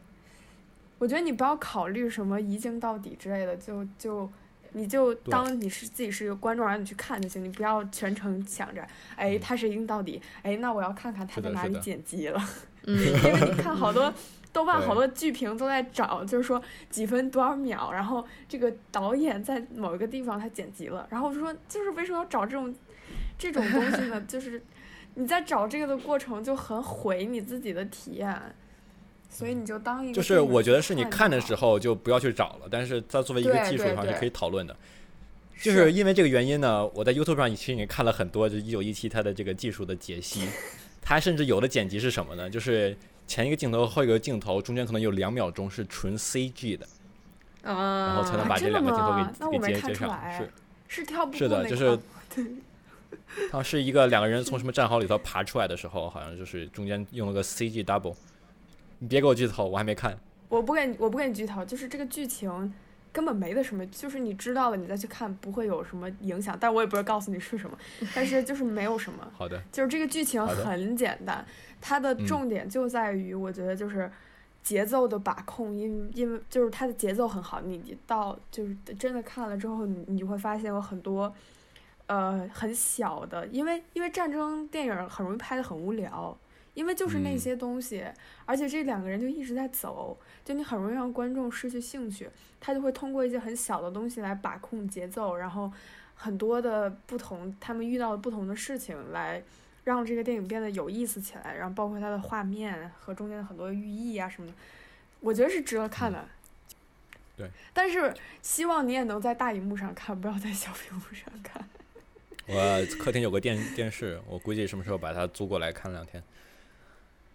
[SPEAKER 4] 我觉得你不要考虑什么一镜到底之类的，就就你就
[SPEAKER 2] 对
[SPEAKER 4] 当你是自己是一个观众，然后你去看就行，你不要全程想着，哎，
[SPEAKER 2] 嗯
[SPEAKER 4] 他是一镜到底，哎，那我要看看他
[SPEAKER 2] 是的
[SPEAKER 4] 在哪
[SPEAKER 2] 是
[SPEAKER 4] 里
[SPEAKER 2] 的
[SPEAKER 4] 剪辑了，
[SPEAKER 3] 嗯
[SPEAKER 4] 因为你看 好多豆瓣
[SPEAKER 2] 对
[SPEAKER 4] 好多剧评都在找，就是说几分多少秒，然后这个导演在某一个地方他剪辑了，然后我就说就是为什么要找这种这种东西呢？ 就是你在找这个的过程就很毁你自己的体验，所以你就当一个
[SPEAKER 2] 嗯就是我觉得是你看的时
[SPEAKER 4] 候，
[SPEAKER 2] 候就不要去找了，但是它作为一个
[SPEAKER 4] 对
[SPEAKER 2] 技术
[SPEAKER 4] 对
[SPEAKER 2] 上是
[SPEAKER 4] 对
[SPEAKER 2] 可以讨论的。就是是因为这个原因呢，我在 YouTube 上其实也看了很多，就一九一七它的这个技术的解析，它甚至有的剪辑是什么呢？就是前一个镜头后一个镜头，中间可能有两秒钟是纯 CG 的，
[SPEAKER 3] 啊，
[SPEAKER 2] 然后才能把
[SPEAKER 4] 啊
[SPEAKER 2] 这
[SPEAKER 4] 真的
[SPEAKER 2] 两个镜
[SPEAKER 4] 吗
[SPEAKER 2] 头
[SPEAKER 4] 那我
[SPEAKER 2] 给
[SPEAKER 4] 没
[SPEAKER 2] 给接
[SPEAKER 4] 看
[SPEAKER 2] 接
[SPEAKER 4] 出
[SPEAKER 2] 上。
[SPEAKER 4] 来
[SPEAKER 2] 是，
[SPEAKER 4] 是跳不过
[SPEAKER 2] 是的
[SPEAKER 4] 那
[SPEAKER 2] 就
[SPEAKER 4] 块
[SPEAKER 2] 是
[SPEAKER 4] 对
[SPEAKER 2] 它是一个两个人从什么战壕里头爬出来的时候，好像就是中间用了个 CG double。你别给我剧透，我还没看。
[SPEAKER 4] 我不给你，我不给你剧透，就是这个剧情根本没的什么，就是你知道了，你再去看不会有什么影响，但我也不会告诉你是什么，但是就是没有什么，
[SPEAKER 2] 好的，
[SPEAKER 4] 就是这个剧情
[SPEAKER 2] 好的
[SPEAKER 4] 很简单，它的
[SPEAKER 2] 嗯
[SPEAKER 4] 重点就在于，我觉得就是节奏的把控，因因为就是它的节奏很好，你你到就是真的看了之后，你你会发现有很多。呃，很小的，因为因为战争电影很容易拍的很无聊，因为就是那
[SPEAKER 2] 嗯
[SPEAKER 4] 些东西，而且这两个人就一直在走，就你很容易让观众失去兴趣，他就会通过一些很小的东西来把控节奏，然后很多的不同，他们遇到的不同的事情来让这个电影变得有意思起来，然后包括它的画面和中间的很多寓意啊什么的，我觉得是值得看的。
[SPEAKER 2] 嗯对，
[SPEAKER 4] 但是希望你也能在大荧幕上看，不要在小屏幕上看。
[SPEAKER 2] 我客厅有个电 电视，我估计什么时候把它租过来看两天。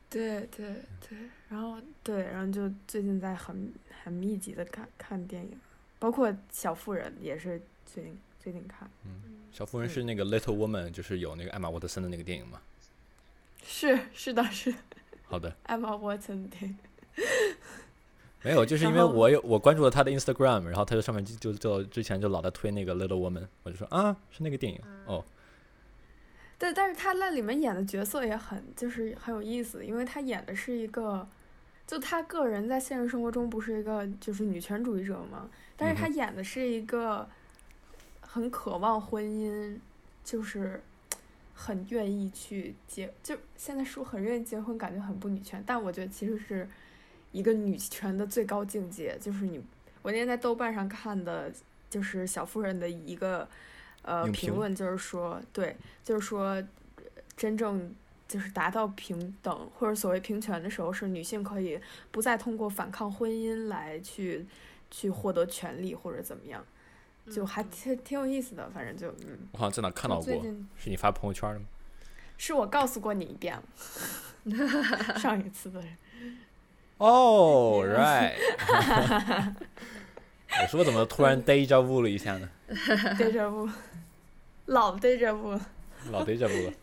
[SPEAKER 4] 对对对，然后对，然后就最近在很很密集的看看电影，包括《小妇人》也是最近最近看。
[SPEAKER 2] 小妇人
[SPEAKER 4] 嗯
[SPEAKER 2] 是那个 Little Woman，就是有那个艾玛沃特森的那个电影嘛。
[SPEAKER 4] 是是的是
[SPEAKER 2] 好的，
[SPEAKER 4] Emma Watson 的电影。
[SPEAKER 2] 没有，就是因为
[SPEAKER 4] 然后
[SPEAKER 2] 我有我关注了他的 Instagram，然后他就上面就就就之前就老在推那个 Little Woman，我就说啊是那个电影
[SPEAKER 4] 嗯
[SPEAKER 2] 哦，
[SPEAKER 4] 对，但是他在里面演的角色也很就是很有意思，因为他演的是一个，就他个人在现实生活中不是一个就是女权主义者嘛，但是他
[SPEAKER 2] 嗯
[SPEAKER 4] 演的是一个很渴望婚姻，就是很愿意去结，就现在说很愿意结婚，感觉很不女权，但我觉得其实是一个女权的最高境界，就是你，我那天在豆瓣上看的，就是小妇人的一个呃
[SPEAKER 2] 影
[SPEAKER 4] 评
[SPEAKER 2] 评
[SPEAKER 4] 论，就是说，对，就是说，呃真正就是达到平等或者所谓平权的时候，是女性可以不再通过反抗婚姻来去去获得权利或者怎么样，就还挺挺有意思的，反正就嗯，
[SPEAKER 2] 我好像在哪看到
[SPEAKER 4] 我最
[SPEAKER 2] 过，
[SPEAKER 4] 近
[SPEAKER 2] 是你发朋友圈 的吗？
[SPEAKER 4] 是我告诉过你一遍了，上一次的
[SPEAKER 2] 哦、r i g h t 我说我怎么突然 deja vu 了一下呢？
[SPEAKER 4] 对着不，老对着不。
[SPEAKER 2] 老 deja vu 了，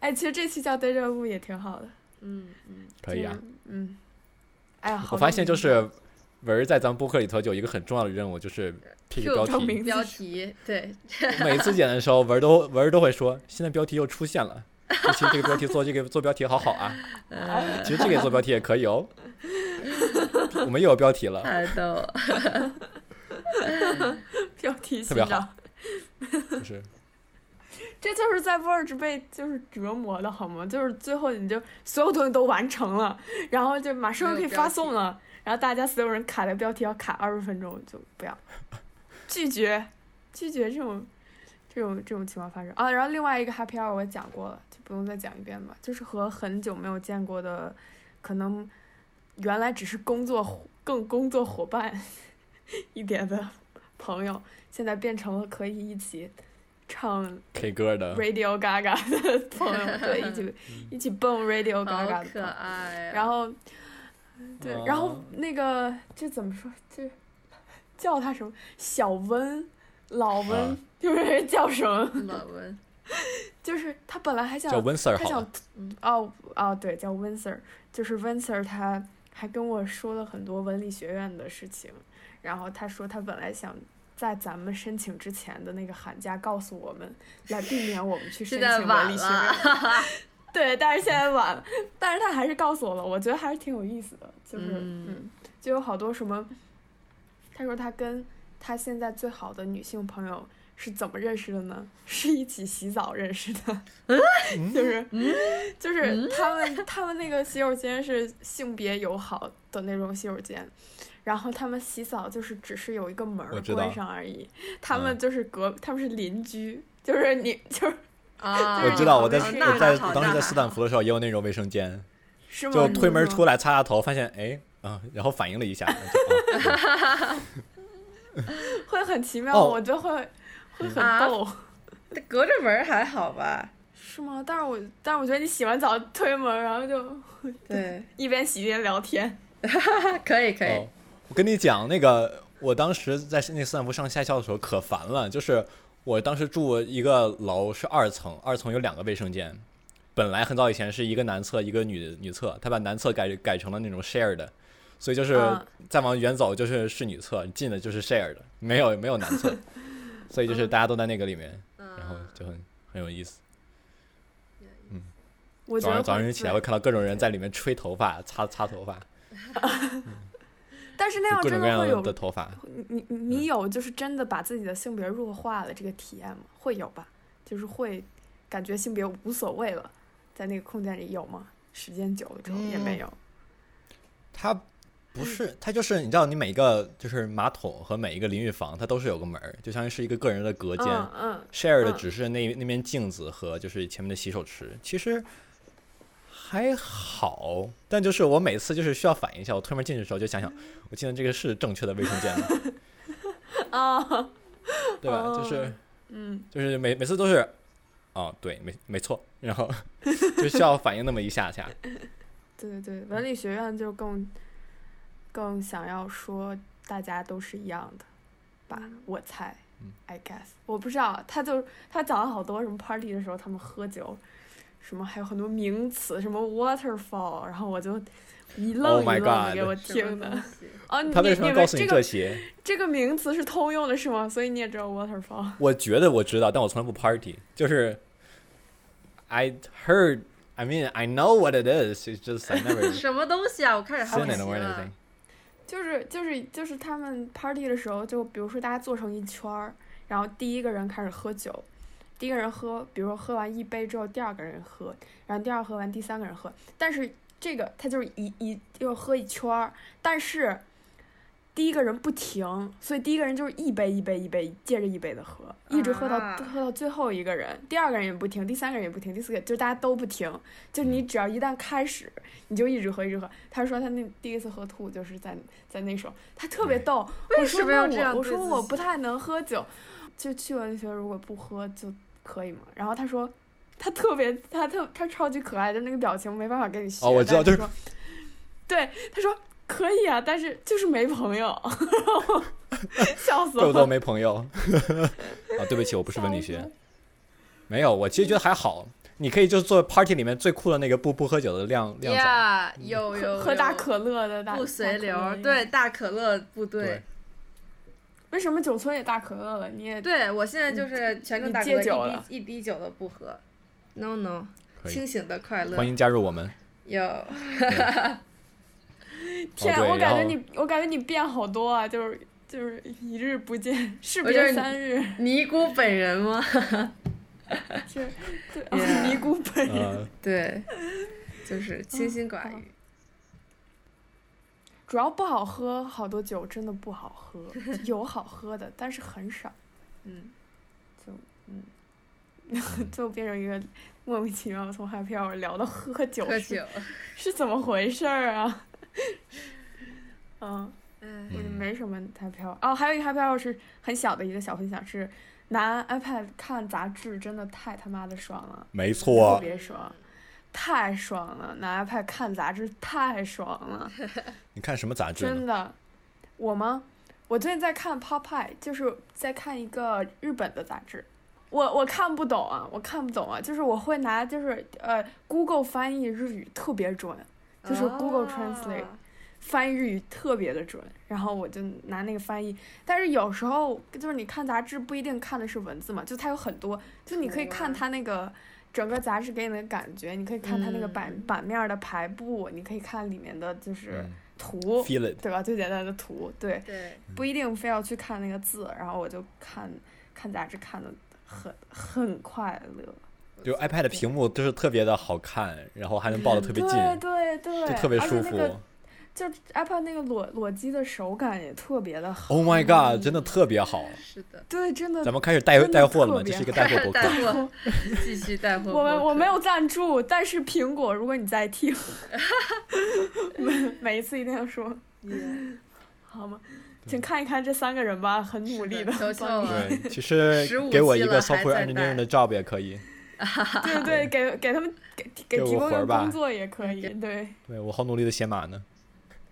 [SPEAKER 4] 哎，其实这期叫 Deja Vu 也挺好的。
[SPEAKER 3] 嗯嗯，
[SPEAKER 2] 可以啊
[SPEAKER 4] 就。是。嗯，哎呀，好
[SPEAKER 2] 我发现就是文儿在咱们播客里头有一个很重要的任务，就是这个标
[SPEAKER 3] Q
[SPEAKER 4] 证
[SPEAKER 2] 题。
[SPEAKER 4] 呃明
[SPEAKER 3] 标题对，
[SPEAKER 2] 每次剪的时候，文儿都文儿都会说，现在标题又出现了。这期这个标题做这个做标题好好啊，
[SPEAKER 3] 呃，
[SPEAKER 2] 其实这个也做标题也可以哦。我们又有标题了，
[SPEAKER 3] 太 逗了，
[SPEAKER 4] 标题
[SPEAKER 2] 特
[SPEAKER 4] 新
[SPEAKER 2] 别
[SPEAKER 4] 长，
[SPEAKER 2] 就是
[SPEAKER 4] 这就是在 Verge 被就是折磨的好吗？就是最后你就所有东西都完成了，然后就马上
[SPEAKER 3] 没有
[SPEAKER 4] 可以
[SPEAKER 3] 标
[SPEAKER 4] 发
[SPEAKER 3] 题
[SPEAKER 4] 送了，然后大家所有人卡的标题要卡二十分钟，就不要拒绝拒绝这种这种这种情况发生啊。然后另外一个 Happy Hour 我讲过了，就不用再讲一遍吧。就是和很久没有见过的，可能原来只是工作伙更工作伙伴 一点的朋友，现在变成了可以一起唱
[SPEAKER 2] K 歌的，
[SPEAKER 4] Radio Gaga 的朋友，对，一 起一起蹦 Radio
[SPEAKER 3] 好
[SPEAKER 4] Gaga 的朋
[SPEAKER 3] 可
[SPEAKER 4] 友。
[SPEAKER 3] 爱啊。
[SPEAKER 4] 然后，对，然后
[SPEAKER 2] 哦
[SPEAKER 4] 那个这怎么说？这叫他什么？小温、老温，
[SPEAKER 2] 啊
[SPEAKER 4] 就是叫什么？
[SPEAKER 3] 老文，
[SPEAKER 4] 就是他本来还想
[SPEAKER 2] 叫温 Sir
[SPEAKER 4] 他
[SPEAKER 2] 好
[SPEAKER 4] 想
[SPEAKER 2] 了，
[SPEAKER 3] 嗯
[SPEAKER 4] 哦哦，对，叫温 Sir，就是温 Sir，他还跟我说了很多文理学院的事情，然后他说他本来想在咱们申请之前的那个寒假告诉我们，来避免我们去申
[SPEAKER 3] 现在
[SPEAKER 4] 请文
[SPEAKER 3] 晚
[SPEAKER 4] 理学
[SPEAKER 3] 了
[SPEAKER 4] 院。， 对，但是现在晚了，但是他还是告诉我了，我觉得还是挺有意思的，就是
[SPEAKER 3] 嗯
[SPEAKER 4] 嗯就有好多什么，他说他跟他现在最好的女性朋友是怎么认识的呢？ 是一起洗澡认识 的，
[SPEAKER 2] 嗯
[SPEAKER 4] 就是、就是他们他们那个洗手间是性别友好的那种洗手间。然后他们洗澡就是只是有一个门
[SPEAKER 2] 我
[SPEAKER 4] 儿
[SPEAKER 2] 知道
[SPEAKER 4] 关上而已，他
[SPEAKER 2] 嗯
[SPEAKER 4] 们就是隔、他们是邻居，就是你 就是
[SPEAKER 3] 啊，
[SPEAKER 2] 我知道我在
[SPEAKER 4] 哦
[SPEAKER 2] 我
[SPEAKER 4] 那
[SPEAKER 2] 在
[SPEAKER 4] 还好
[SPEAKER 2] 当时
[SPEAKER 4] 那
[SPEAKER 2] 在
[SPEAKER 4] 还
[SPEAKER 2] 斯坦福的时候也有那种卫生间，
[SPEAKER 4] 是吗？
[SPEAKER 2] 就
[SPEAKER 4] 你
[SPEAKER 2] 推门
[SPEAKER 4] 说
[SPEAKER 2] 出来擦擦头，发现哎啊，然后反应了一下，就啊
[SPEAKER 4] 会很奇妙，
[SPEAKER 2] 哦
[SPEAKER 4] 我觉得会会很
[SPEAKER 3] 啊
[SPEAKER 4] 逗，
[SPEAKER 3] 那隔着门儿还好吧？
[SPEAKER 4] 是吗？但是我但是我觉得你洗完澡推门，然后就
[SPEAKER 3] 对，
[SPEAKER 4] 一边洗一边聊天，
[SPEAKER 3] 可以可以
[SPEAKER 2] 哦，我跟你讲，那个我当时在那斯坦福上下校的时候可烦了，就是我当时住一个楼是二层，二层有两个卫生间，本来很早以前是一个男厕一个女女厕，他把男厕改改成了那 种啊 share 的，所以就是
[SPEAKER 4] 嗯
[SPEAKER 2] 再往远走就是是女厕，进的就是 share 的， 没有没有男厕，所以就是大家都在那个里面，
[SPEAKER 3] 嗯
[SPEAKER 2] 然后就很很有意思。
[SPEAKER 4] 我觉
[SPEAKER 2] 早
[SPEAKER 4] 得
[SPEAKER 2] 上早
[SPEAKER 4] 会
[SPEAKER 2] 上起来会看到各种人在里面吹头发、擦擦头发，
[SPEAKER 4] 但是那
[SPEAKER 2] 就
[SPEAKER 4] 样
[SPEAKER 2] 各种各
[SPEAKER 4] 真的会
[SPEAKER 2] 样啊的
[SPEAKER 4] 有
[SPEAKER 2] 头发。
[SPEAKER 4] 你你
[SPEAKER 2] 嗯
[SPEAKER 4] 你有就是真的把自己的性别弱化了这个体验吗？会有吧？就是会感觉性别无所谓了，
[SPEAKER 2] 嗯
[SPEAKER 4] 在那个空间里有吗？时间久了之后也没有，
[SPEAKER 2] 他不是，它就是你知道，你每一个就是马桶和每一个淋浴房，它都是有个门儿，就相当于是一个个人的隔间。
[SPEAKER 4] 嗯嗯，
[SPEAKER 2] share 的
[SPEAKER 4] 嗯
[SPEAKER 2] 只是那那面镜子和就是前面的洗手池，其实还好，但就是我每次就是需要反应一下，我推门进去的时候就想想，我进的这个是正确的卫生间吗？
[SPEAKER 4] 哦，
[SPEAKER 2] 对吧？就是
[SPEAKER 4] 嗯，
[SPEAKER 2] 就是每每次都是，哦，对，没没错，然后 就需要反应那么一下下，
[SPEAKER 4] 对对对，文理学院就更更想要说大家都是一样的吧，我猜
[SPEAKER 2] 嗯
[SPEAKER 4] ，I guess，我不知道，他就他讲了好多什么 party 的时候他们喝酒，什么还有很多名词，什么 waterfall，然后我就一愣
[SPEAKER 2] Oh
[SPEAKER 4] 一
[SPEAKER 2] my
[SPEAKER 4] 愣的给
[SPEAKER 2] God
[SPEAKER 4] 我
[SPEAKER 3] 什么
[SPEAKER 4] 听的。
[SPEAKER 3] 东西
[SPEAKER 4] 哦，你
[SPEAKER 2] 他为什么
[SPEAKER 4] 你
[SPEAKER 2] 要
[SPEAKER 4] 们
[SPEAKER 2] 告诉
[SPEAKER 4] 这
[SPEAKER 2] 你
[SPEAKER 4] 个
[SPEAKER 2] 这些？
[SPEAKER 4] 这个名词是通用的，是吗？所以你也知道 waterfall。
[SPEAKER 2] 我觉得我知道，但我从来不 party，就是 I heard。I mean, I know what it is. It's just I never
[SPEAKER 3] 什么东西啊？我开始好
[SPEAKER 2] seen
[SPEAKER 3] 奇
[SPEAKER 2] it or anything.
[SPEAKER 3] 了。
[SPEAKER 4] 就是就是就是他们 party 的时候，就比如说大家坐成一圈儿，然后第一个人开始喝酒，第一个人喝，比如说喝完一杯之后，第二个人喝，然后第二喝完，第三个人喝。但是这个他就是一一又喝一圈儿，但是第一个人不停，所以第一个人就是一杯一杯一杯接着一杯的喝，一直喝到、
[SPEAKER 3] 啊
[SPEAKER 4] 喝到最后一个人，第二个人也不停，第三个人也不停，第四个就大家都不停，就你只要一旦开始，你就一直喝一直喝。他说他那第一次喝吐就是在在那时候，他特别
[SPEAKER 2] 对
[SPEAKER 4] 逗。
[SPEAKER 3] 为
[SPEAKER 4] 我
[SPEAKER 3] 什
[SPEAKER 4] 说
[SPEAKER 3] 么
[SPEAKER 4] 那
[SPEAKER 3] 要这
[SPEAKER 4] 我
[SPEAKER 3] 样
[SPEAKER 4] 我
[SPEAKER 3] 对
[SPEAKER 4] 说
[SPEAKER 3] 自
[SPEAKER 4] 我
[SPEAKER 3] 己
[SPEAKER 4] 不太能喝酒，就去文学如果不喝就可以吗？然后他说他特别他特他超级可爱的那个表情没办法跟你学。
[SPEAKER 2] 哦我知道
[SPEAKER 4] 但
[SPEAKER 2] 就是
[SPEAKER 4] 他说对他说可以啊，但是就是没朋友， 然后笑死
[SPEAKER 2] 怪不得我
[SPEAKER 4] 我。
[SPEAKER 2] 没朋友。 啊，对不起，我不是文理
[SPEAKER 4] 笑
[SPEAKER 2] 学
[SPEAKER 4] 死，
[SPEAKER 2] 没有，我其实觉得还好。你可以就做 party 里面最酷的那个不不喝酒的亮亮仔
[SPEAKER 3] 呀，有有
[SPEAKER 4] 喝大
[SPEAKER 3] 有
[SPEAKER 4] 可乐的大
[SPEAKER 3] 不随
[SPEAKER 4] 大可乐
[SPEAKER 3] 流，
[SPEAKER 4] 应该
[SPEAKER 3] 对大可乐部队
[SPEAKER 2] 对，
[SPEAKER 4] 为什么九村也大可乐了？你也
[SPEAKER 3] 对我现在就是全程大可
[SPEAKER 4] 你戒酒
[SPEAKER 3] 乐
[SPEAKER 4] 了，
[SPEAKER 3] 一滴一滴酒都不喝，no no，
[SPEAKER 2] 可以
[SPEAKER 3] 清醒的快乐
[SPEAKER 2] 欢迎加入我们。哦，
[SPEAKER 3] 有。
[SPEAKER 2] 对，
[SPEAKER 4] 天，啊
[SPEAKER 2] 然
[SPEAKER 4] 我感
[SPEAKER 2] 后
[SPEAKER 4] 觉你，我感觉你变好多啊，就是就是一日不见，士
[SPEAKER 3] 我就是
[SPEAKER 4] 别三日，
[SPEAKER 3] 尼姑本人 吗？
[SPEAKER 4] 就是对
[SPEAKER 3] Yeah
[SPEAKER 4] 尼姑本人。
[SPEAKER 2] 呃，
[SPEAKER 3] 对，就是清心寡
[SPEAKER 4] 哦
[SPEAKER 3] 欲。
[SPEAKER 4] 主要不好喝，好多酒真的不好喝， 有好喝的，但是很少，
[SPEAKER 3] 嗯，
[SPEAKER 4] 就嗯，就变成一个莫名其妙从 happy hour 聊到喝酒
[SPEAKER 3] 喝
[SPEAKER 4] 是
[SPEAKER 3] 酒。
[SPEAKER 4] 是怎么回事儿啊？ 嗯。
[SPEAKER 3] 嗯，
[SPEAKER 4] 我就
[SPEAKER 2] 嗯
[SPEAKER 4] 没什么 happy hour 哦，还有一个 happy hour 是很小的一个小分享，是拿 iPad 看杂志，真的太他妈的爽了，
[SPEAKER 2] 没
[SPEAKER 4] 特
[SPEAKER 2] 错，啊
[SPEAKER 4] 别爽，太爽了！拿 iPad 看杂志太爽了，
[SPEAKER 2] 你看什么杂志呢？
[SPEAKER 4] 真的。我吗？我最近在看《Popeye》，就是在看一个日本的杂志。我我看不懂啊，我看不懂啊，就是我会拿就是呃 Google 翻译日语特别准，就是 Google
[SPEAKER 3] 啊
[SPEAKER 4] Translate 翻译日语特别的准，然后我就拿那个翻译。但是有时候就是你看杂志不一定看的是文字嘛，就它有很多，就你可以
[SPEAKER 3] 图啊
[SPEAKER 4] 看它那个整个杂志给你的感觉，你可以看它那个版、
[SPEAKER 3] 嗯
[SPEAKER 4] 版面儿的排布，你可以看里面的就是
[SPEAKER 2] 嗯
[SPEAKER 4] 图，
[SPEAKER 2] ，feel it。
[SPEAKER 4] 对吧？最简单的图，对，
[SPEAKER 3] 对，
[SPEAKER 4] 不一定非要去看那个字。然后我就看看杂志看的很很快乐，
[SPEAKER 2] 就 iPad 的屏幕就是特别的好看，然后还能抱得特别
[SPEAKER 4] 对
[SPEAKER 2] 近，
[SPEAKER 4] 对对，
[SPEAKER 2] 就特别
[SPEAKER 4] 而且
[SPEAKER 2] 舒
[SPEAKER 4] 那个
[SPEAKER 2] 服。
[SPEAKER 4] 就 iPad 那个裸裸机的手感也特别的好。
[SPEAKER 2] Oh my god，真的特别好。
[SPEAKER 3] 是的。
[SPEAKER 4] 对，真 的
[SPEAKER 2] 咱们开始带
[SPEAKER 4] 真的
[SPEAKER 2] 带货了
[SPEAKER 4] 特
[SPEAKER 2] 吗？
[SPEAKER 4] 别
[SPEAKER 2] 这是一个带
[SPEAKER 3] 带
[SPEAKER 2] 货博客。
[SPEAKER 3] 货，继续带货。
[SPEAKER 4] 我们我没有赞助，但是苹果，如果你在 听，每每一次一定要说
[SPEAKER 3] 有，
[SPEAKER 4] 好吗？请看一看这三个人吧，很努力的，
[SPEAKER 3] 求求
[SPEAKER 4] 帮你
[SPEAKER 3] 了
[SPEAKER 2] 对，其实
[SPEAKER 3] 15
[SPEAKER 2] 给我
[SPEAKER 3] 期
[SPEAKER 2] 一
[SPEAKER 3] 了
[SPEAKER 2] 个
[SPEAKER 3] 还
[SPEAKER 2] software
[SPEAKER 3] 在带
[SPEAKER 2] engineer 的 job 也可以。
[SPEAKER 4] 对对，给给他们给给
[SPEAKER 2] 给我
[SPEAKER 4] 提供
[SPEAKER 2] 活
[SPEAKER 4] 个
[SPEAKER 2] 儿吧
[SPEAKER 4] 工作也可以，对。
[SPEAKER 2] 对我好努力的写码呢。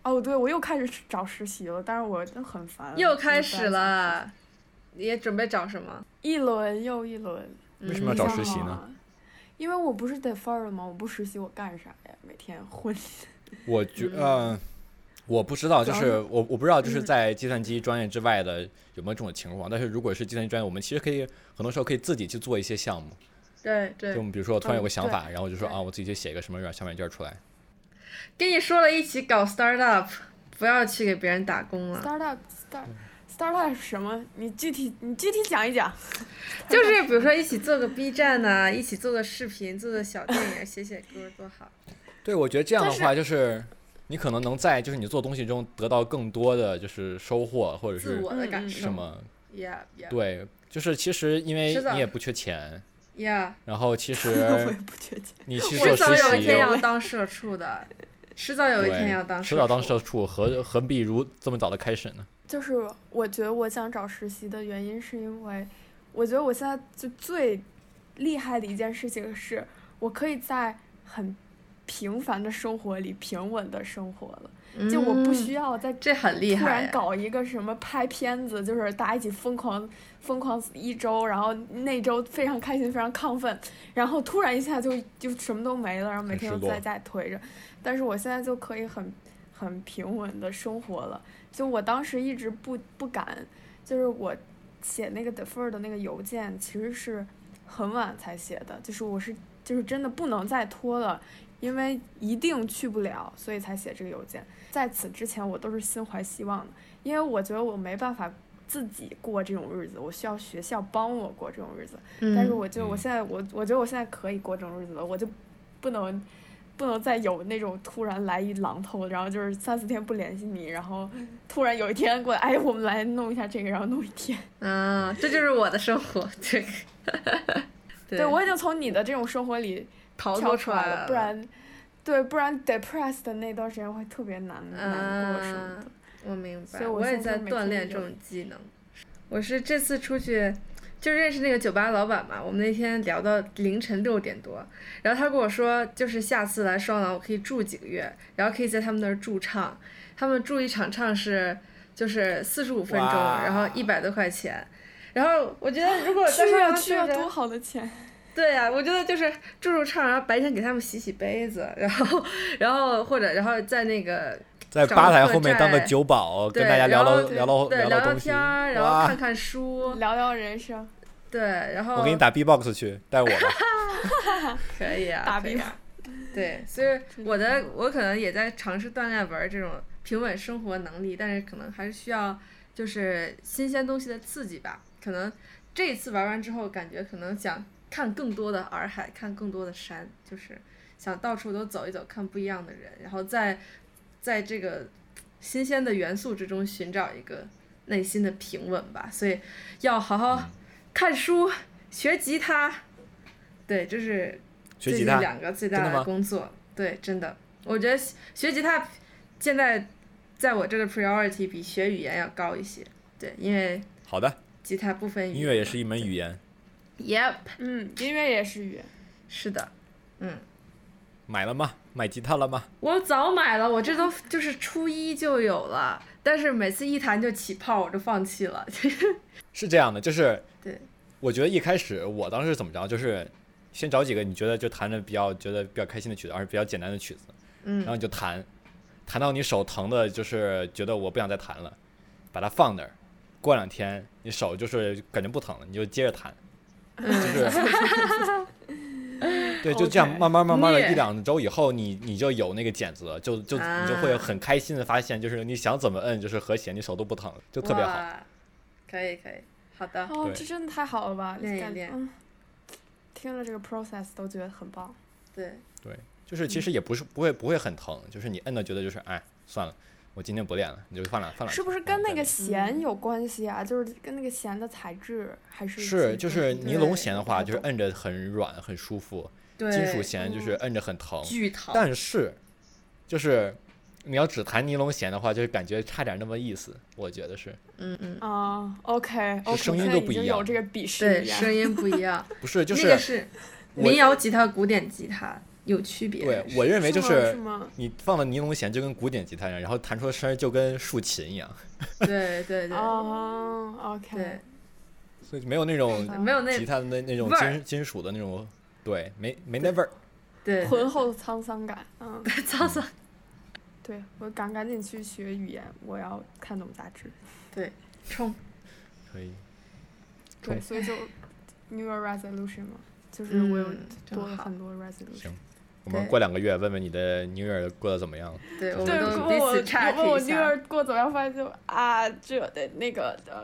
[SPEAKER 4] 哦，对，我又开始找实习了，但是我真的很烦。
[SPEAKER 3] 又开始，了，你也准备找什么？
[SPEAKER 4] 一轮又一轮。
[SPEAKER 2] 为什么要
[SPEAKER 3] 嗯
[SPEAKER 2] 找实习呢？
[SPEAKER 4] 因为我不是 defer 了吗？我不实习我干啥呀？每天混。
[SPEAKER 2] 我觉
[SPEAKER 3] 嗯
[SPEAKER 2] 呃，我不知道，就
[SPEAKER 4] 主要
[SPEAKER 2] 是
[SPEAKER 4] 是
[SPEAKER 2] 我我不知道，就是
[SPEAKER 4] 嗯
[SPEAKER 2] 在计算机专业之外的有没有这种情况。但是如果是计算机专业，我们其实可以很多时候可以自己去做一些项目。
[SPEAKER 3] 对
[SPEAKER 2] 就我
[SPEAKER 3] 对，
[SPEAKER 2] 们比如说我突然有
[SPEAKER 4] 嗯
[SPEAKER 2] 个想
[SPEAKER 4] 对
[SPEAKER 2] 法，然后我就说
[SPEAKER 3] 对
[SPEAKER 2] 啊，我自己去写一个什么软小软件出来。
[SPEAKER 3] 跟你说了一起搞 startup，不要去给别人打工了。
[SPEAKER 4] startup start
[SPEAKER 2] 嗯
[SPEAKER 4] startup 是什么？你具体你具体讲一讲。
[SPEAKER 3] 就是比如说一起做个 B 站呐、一起做个视频，做个小电影，写写歌多好。
[SPEAKER 2] 对，我觉得这样的
[SPEAKER 4] 但是
[SPEAKER 2] 话就是你可能能在就是你做东西中得到更多的就是收获或者
[SPEAKER 3] 自
[SPEAKER 2] 是
[SPEAKER 3] 我的感
[SPEAKER 4] 嗯
[SPEAKER 3] 受。
[SPEAKER 2] 什么。
[SPEAKER 3] Yeah, yeah,
[SPEAKER 2] 对，就是其实因为
[SPEAKER 3] 是的
[SPEAKER 2] 你也不缺钱，
[SPEAKER 3] yeah。
[SPEAKER 2] 然后其
[SPEAKER 4] 我也
[SPEAKER 2] 实
[SPEAKER 4] 不缺钱。
[SPEAKER 2] 你去
[SPEAKER 3] 迟
[SPEAKER 2] 做
[SPEAKER 3] 早
[SPEAKER 2] 实
[SPEAKER 3] 有一天
[SPEAKER 2] 习，
[SPEAKER 3] 要当社畜的，迟早有一天要当
[SPEAKER 2] 迟早当
[SPEAKER 3] 社
[SPEAKER 2] 社畜，何何必如这么早的开始呢？
[SPEAKER 4] 就是我觉得我想找实习的原因，是因为我觉得我现在就最厉害的一件事情是，我可以在很平凡的生活里平稳的生活了，
[SPEAKER 3] 畜，
[SPEAKER 4] 就我不
[SPEAKER 3] 嗯，
[SPEAKER 4] 需要再
[SPEAKER 3] 这很厉
[SPEAKER 4] 突然
[SPEAKER 3] 害。啊
[SPEAKER 4] 搞一个什么拍片子，就是大家一起疯狂疯狂一周，然后那周非常开心，非常亢奋，然后突然一下就就什么都没了，然后每
[SPEAKER 2] 很
[SPEAKER 4] 天
[SPEAKER 2] 失
[SPEAKER 4] 都
[SPEAKER 2] 落
[SPEAKER 4] 在家里颓着。但是我现在就可以很很平稳的生活了。就我当时一直不不敢，就是我写那个 defer 的那个邮件，其实是很晚才写的，就是我是就是真的不能再拖了。因为一定去不了，所以才写这个邮件。在此之前，我都是心怀希望的，因为我觉得我没办法自己过这种日子，我需要学校帮我过这种日子。但是
[SPEAKER 3] 嗯，
[SPEAKER 4] 我就我
[SPEAKER 2] 嗯
[SPEAKER 4] 现在我我觉得我现在可以过这种日子了，我就不能不能再有那种突然来一榔头，然后就是三四天不联系你，然后突然有一天过来，哎，我们来弄一下这个，然后弄一天。
[SPEAKER 3] 啊，这就是我的生活。对，
[SPEAKER 4] 对 我已经从你的这种生活里
[SPEAKER 3] 逃
[SPEAKER 4] 跳
[SPEAKER 3] 脱
[SPEAKER 4] 出
[SPEAKER 3] 来
[SPEAKER 4] 了，
[SPEAKER 3] 了，
[SPEAKER 4] 不然。对，不然 depressed 的那段时间会特别难、难过什么的
[SPEAKER 3] 嗯，。我明白，
[SPEAKER 4] 所以我
[SPEAKER 3] 也
[SPEAKER 4] 现在
[SPEAKER 3] 在
[SPEAKER 4] 就每
[SPEAKER 3] 锻
[SPEAKER 4] 天
[SPEAKER 3] 炼
[SPEAKER 4] 有
[SPEAKER 3] 这种技能。我是这次出去就认识那个酒吧老板嘛，我们那天聊到凌晨六点多，然后他跟我说，就是下次来双廊我可以住几个月，然后可以在他们那儿驻唱，他们驻一场唱是就是四十五分钟，
[SPEAKER 2] 哇
[SPEAKER 3] 然后一百多块钱。然后我觉得，如果在
[SPEAKER 4] 去
[SPEAKER 3] 双
[SPEAKER 4] 啊
[SPEAKER 3] 廊
[SPEAKER 4] 去
[SPEAKER 3] 对
[SPEAKER 4] 啊，
[SPEAKER 3] 着
[SPEAKER 4] 多好的钱！
[SPEAKER 3] 对呀、我觉得就是驻驻唱，然后白天给他们洗洗杯子，然后然后或者然后在那个
[SPEAKER 2] 在
[SPEAKER 3] 找
[SPEAKER 2] 吧
[SPEAKER 3] 个
[SPEAKER 2] 台
[SPEAKER 3] 客
[SPEAKER 2] 后面当个
[SPEAKER 3] 栈
[SPEAKER 2] 酒保，跟
[SPEAKER 3] 对
[SPEAKER 2] 大家聊
[SPEAKER 3] 然后
[SPEAKER 2] 聊聊哦聊
[SPEAKER 3] 对，
[SPEAKER 2] 聊
[SPEAKER 3] 聊
[SPEAKER 2] 东西
[SPEAKER 3] 天儿，然后
[SPEAKER 2] 哇
[SPEAKER 3] 看看书，
[SPEAKER 4] 聊聊人生，
[SPEAKER 3] 对，然后
[SPEAKER 2] 我给你打 B-box 去，带我 吧。
[SPEAKER 3] 可以啊，
[SPEAKER 4] 打
[SPEAKER 3] 可以
[SPEAKER 4] B
[SPEAKER 3] 啊对，所以我的我可能也在尝试锻炼玩儿这种平稳生活能力，但是可能还是需要就是新鲜东西的刺激吧。可能这一次玩完之后，感觉可能想看更多的洱海，看更多的山，就是想到处都走一走，看不一样的人，然后在在这个新鲜的元素之中寻找一个内心的平稳吧。所以要好好看书、学吉他，对，这是
[SPEAKER 2] 学
[SPEAKER 3] 最
[SPEAKER 2] 吉
[SPEAKER 3] 近
[SPEAKER 2] 他，
[SPEAKER 3] 两个最
[SPEAKER 2] 真
[SPEAKER 3] 大
[SPEAKER 2] 的
[SPEAKER 3] 的
[SPEAKER 2] 吗
[SPEAKER 3] 工作，对，真的，我觉得学学吉他现在在我这个 priority 比学语言要高一些，对，因为
[SPEAKER 2] 好的，
[SPEAKER 3] 吉他不分语
[SPEAKER 2] 音
[SPEAKER 3] 言
[SPEAKER 2] 乐也是
[SPEAKER 3] 嘛
[SPEAKER 2] 一门语言，
[SPEAKER 3] ，Yep，
[SPEAKER 4] 嗯，音乐也是语言。
[SPEAKER 3] 是的，
[SPEAKER 2] 买了吗？买吉他了吗？
[SPEAKER 3] 我早买了，我这 都就是初一就有了，但是每次一弹就起泡，我就放弃了，
[SPEAKER 2] 是这样的，就是
[SPEAKER 3] 对，
[SPEAKER 2] 我觉得一开始我当时怎么着，就是先找几个你觉得就弹的比较觉得比较开心的曲子，而是比较简单的曲子，然
[SPEAKER 3] 嗯
[SPEAKER 2] 后你就弹，弹到你手疼的，就是觉得我不想再弹了，把它放那儿。过两天你手就是感觉不疼了，你就接着弹，就
[SPEAKER 3] 嗯，
[SPEAKER 2] 是对，就这样
[SPEAKER 4] OK
[SPEAKER 2] 慢慢慢慢的
[SPEAKER 3] 虐
[SPEAKER 2] 一两周以后，你你就有那个茧子了，就就你就会
[SPEAKER 3] 啊
[SPEAKER 2] 很开心的发现，就是你想怎么摁就是和弦，你手都不疼了，就特别好。
[SPEAKER 3] 哇，可以可以，好的，
[SPEAKER 4] 哦，
[SPEAKER 2] 对
[SPEAKER 4] 这真的太好了吧！
[SPEAKER 3] 练一
[SPEAKER 4] 感觉
[SPEAKER 3] 练
[SPEAKER 4] 嗯，听了这个 process 都觉得很棒。
[SPEAKER 3] 对，
[SPEAKER 2] 对，就是其
[SPEAKER 4] 嗯
[SPEAKER 2] 实也不是不会不会很疼，就是你摁的觉得就是哎算了，我今天不练了，你就换两换两天。
[SPEAKER 4] 是不是
[SPEAKER 2] 然
[SPEAKER 4] 跟
[SPEAKER 2] 后
[SPEAKER 4] 那
[SPEAKER 2] 再
[SPEAKER 4] 个
[SPEAKER 2] 练嗯
[SPEAKER 4] 弦有关系啊？就是跟那个弦的材质还是
[SPEAKER 2] 是就是
[SPEAKER 4] 你
[SPEAKER 2] 尼龙
[SPEAKER 3] 对
[SPEAKER 2] 弦的话，就是摁着很软很舒服，
[SPEAKER 3] 对，
[SPEAKER 2] 金属弦就是摁着很疼。
[SPEAKER 3] 巨疼，
[SPEAKER 2] 但是就是你要只弹尼龙弦的话，就是感觉差点那么意思，我觉得是
[SPEAKER 3] 嗯嗯，
[SPEAKER 4] 啊，OK
[SPEAKER 2] 就
[SPEAKER 4] OK，
[SPEAKER 2] 声音
[SPEAKER 4] 现在
[SPEAKER 2] 都
[SPEAKER 4] 已
[SPEAKER 2] 不一
[SPEAKER 4] 经有
[SPEAKER 2] 样
[SPEAKER 4] 这个鄙视
[SPEAKER 3] 对，
[SPEAKER 4] 链
[SPEAKER 3] 声音不一样。
[SPEAKER 2] 不是 就
[SPEAKER 3] 那个
[SPEAKER 2] 是
[SPEAKER 3] 是
[SPEAKER 2] 我
[SPEAKER 3] 民谣吉他、古典吉他有区别。
[SPEAKER 2] 对我认为就
[SPEAKER 4] 吗是
[SPEAKER 2] 是
[SPEAKER 4] 吗？
[SPEAKER 2] 你放了尼龙弦就跟古典吉他一样，然后弹出的声儿就跟竖琴一样，
[SPEAKER 3] 对对对
[SPEAKER 4] 哦，OK，
[SPEAKER 3] 对，
[SPEAKER 2] 所以没有那种
[SPEAKER 3] 没哦有那
[SPEAKER 2] 吉他的那那种
[SPEAKER 3] 味儿
[SPEAKER 2] 金金属的那种，对，没没那味儿。
[SPEAKER 3] 对
[SPEAKER 4] 浑厚沧桑感，嗯，
[SPEAKER 3] 沧桑。
[SPEAKER 4] 对我赶赶紧去学语言，我要看懂杂志。
[SPEAKER 3] 对，冲
[SPEAKER 2] 可以。
[SPEAKER 4] 对，
[SPEAKER 2] 冲
[SPEAKER 4] 所以就 New Year Resolution 嘛，就是我有
[SPEAKER 3] 嗯真
[SPEAKER 4] 多了
[SPEAKER 3] 好
[SPEAKER 4] 很多 resolution。
[SPEAKER 2] 行我们
[SPEAKER 3] 对
[SPEAKER 2] 过两个月问问你的 New Year 过得怎么样了。
[SPEAKER 3] 对，我
[SPEAKER 2] 我
[SPEAKER 4] 对，
[SPEAKER 3] 们
[SPEAKER 2] 们
[SPEAKER 4] 如
[SPEAKER 3] 都
[SPEAKER 4] 果
[SPEAKER 3] 彼
[SPEAKER 4] 我
[SPEAKER 3] 此 check
[SPEAKER 4] 如果我
[SPEAKER 3] 一
[SPEAKER 4] New
[SPEAKER 3] 下。
[SPEAKER 4] Year 过怎么样，发现就啊，这的那个呃，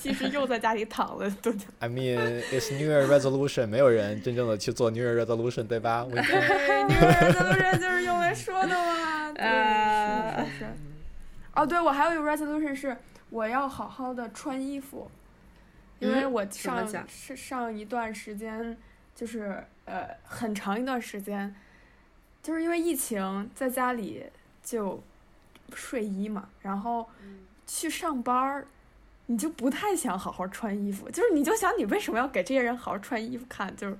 [SPEAKER 4] 其实又在家里躺了多久？
[SPEAKER 2] I mean, it's New Year resolution，没有人 真正的去做 New Year resolution，对吧？我已经
[SPEAKER 4] 对，New Year Resolution 就是用来说的嘛。嗯，
[SPEAKER 5] 呃
[SPEAKER 4] 是是是。哦，对，我还有一个 resolution 是我要好好的穿衣服，因为
[SPEAKER 5] 嗯
[SPEAKER 4] 我
[SPEAKER 5] 怎么
[SPEAKER 4] 上
[SPEAKER 5] 讲
[SPEAKER 4] 是上一段时间就是呃很长一段时间，就是因为疫情在家里就睡衣嘛，然后
[SPEAKER 5] 嗯
[SPEAKER 4] 去上班儿。你就不太想好好穿衣服，就是你就想你为什么要给这些人好好穿衣服看，就是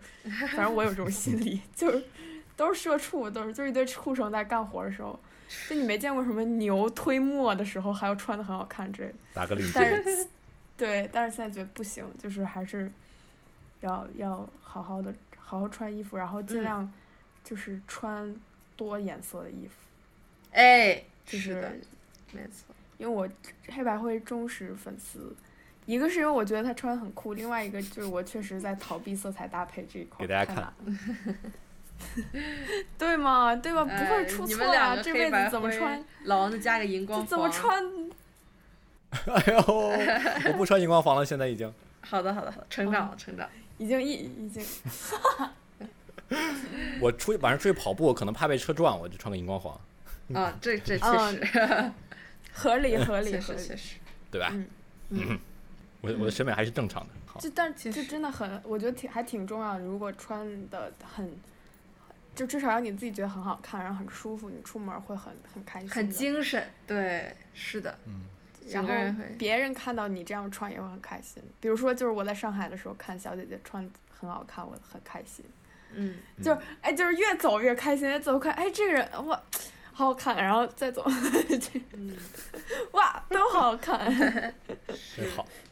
[SPEAKER 4] 反正我有这种心理， 就是都是社畜，都是就是一堆畜生在干活的时候，就你没见过什么牛推磨的时候还要穿的很好看之类的，
[SPEAKER 2] 打个领
[SPEAKER 4] 但
[SPEAKER 2] 结，
[SPEAKER 4] 是对，但是现在觉得不行，就是还是要要好好的好好穿衣服，然后尽
[SPEAKER 5] 嗯
[SPEAKER 4] 量就是穿多颜色的衣服，
[SPEAKER 5] 哎，
[SPEAKER 4] 就是
[SPEAKER 5] 的
[SPEAKER 4] 是，
[SPEAKER 5] 没错，
[SPEAKER 4] 因为我黑白灰忠实粉丝。一个是因为我觉得他穿得很酷，另外一个就是我确实在逃避色彩搭配这一块儿
[SPEAKER 2] 给大家
[SPEAKER 4] 太
[SPEAKER 2] 看
[SPEAKER 4] 难了， 对吗？对吧？不
[SPEAKER 5] 哎
[SPEAKER 4] 会出
[SPEAKER 5] 你
[SPEAKER 4] 错
[SPEAKER 5] 们两
[SPEAKER 4] 啊！
[SPEAKER 5] 个
[SPEAKER 4] 这
[SPEAKER 5] 黑
[SPEAKER 4] 辈
[SPEAKER 5] 白
[SPEAKER 4] 子怎么
[SPEAKER 5] 灰
[SPEAKER 4] 穿，
[SPEAKER 5] 老王的加个荧光
[SPEAKER 4] 这
[SPEAKER 5] 黄，
[SPEAKER 4] 怎么？穿
[SPEAKER 2] 哎呦， 我不穿荧光黄了，现在已经。
[SPEAKER 5] 好的，好的，好的，成长了，成长了。
[SPEAKER 4] 已经一已经
[SPEAKER 2] 我出去晚上出去跑步，可能怕被车撞，我就穿个荧光黄，
[SPEAKER 5] 啊，这这确
[SPEAKER 4] 嗯
[SPEAKER 5] 实，
[SPEAKER 4] 合理合 理
[SPEAKER 5] 确
[SPEAKER 4] 合
[SPEAKER 5] 实
[SPEAKER 4] 理
[SPEAKER 5] 确，实，
[SPEAKER 2] 对吧？
[SPEAKER 4] 嗯
[SPEAKER 2] 我我的审美还是正常的。好，
[SPEAKER 4] 就但
[SPEAKER 5] 其
[SPEAKER 4] 就
[SPEAKER 5] 实
[SPEAKER 4] 真的很，我觉得挺还挺重要的。如果穿的很，就至少让你自己觉得很好看，然后很舒服，你出门会很很开心，
[SPEAKER 5] 很，精神，对，是的，
[SPEAKER 4] 然
[SPEAKER 5] 整个人
[SPEAKER 4] 后
[SPEAKER 5] 会
[SPEAKER 4] 别人看到你这样穿也会很开心。比如说，就是我在上海的时候看小姐姐穿很好看，我很开心。
[SPEAKER 5] 嗯，
[SPEAKER 4] 就是哎，就是越走越开心，越走看，哎，这个人哇，好好看，然后再走， 这
[SPEAKER 5] 嗯
[SPEAKER 4] 哇都好看。
[SPEAKER 2] 真好。
[SPEAKER 4] 嗯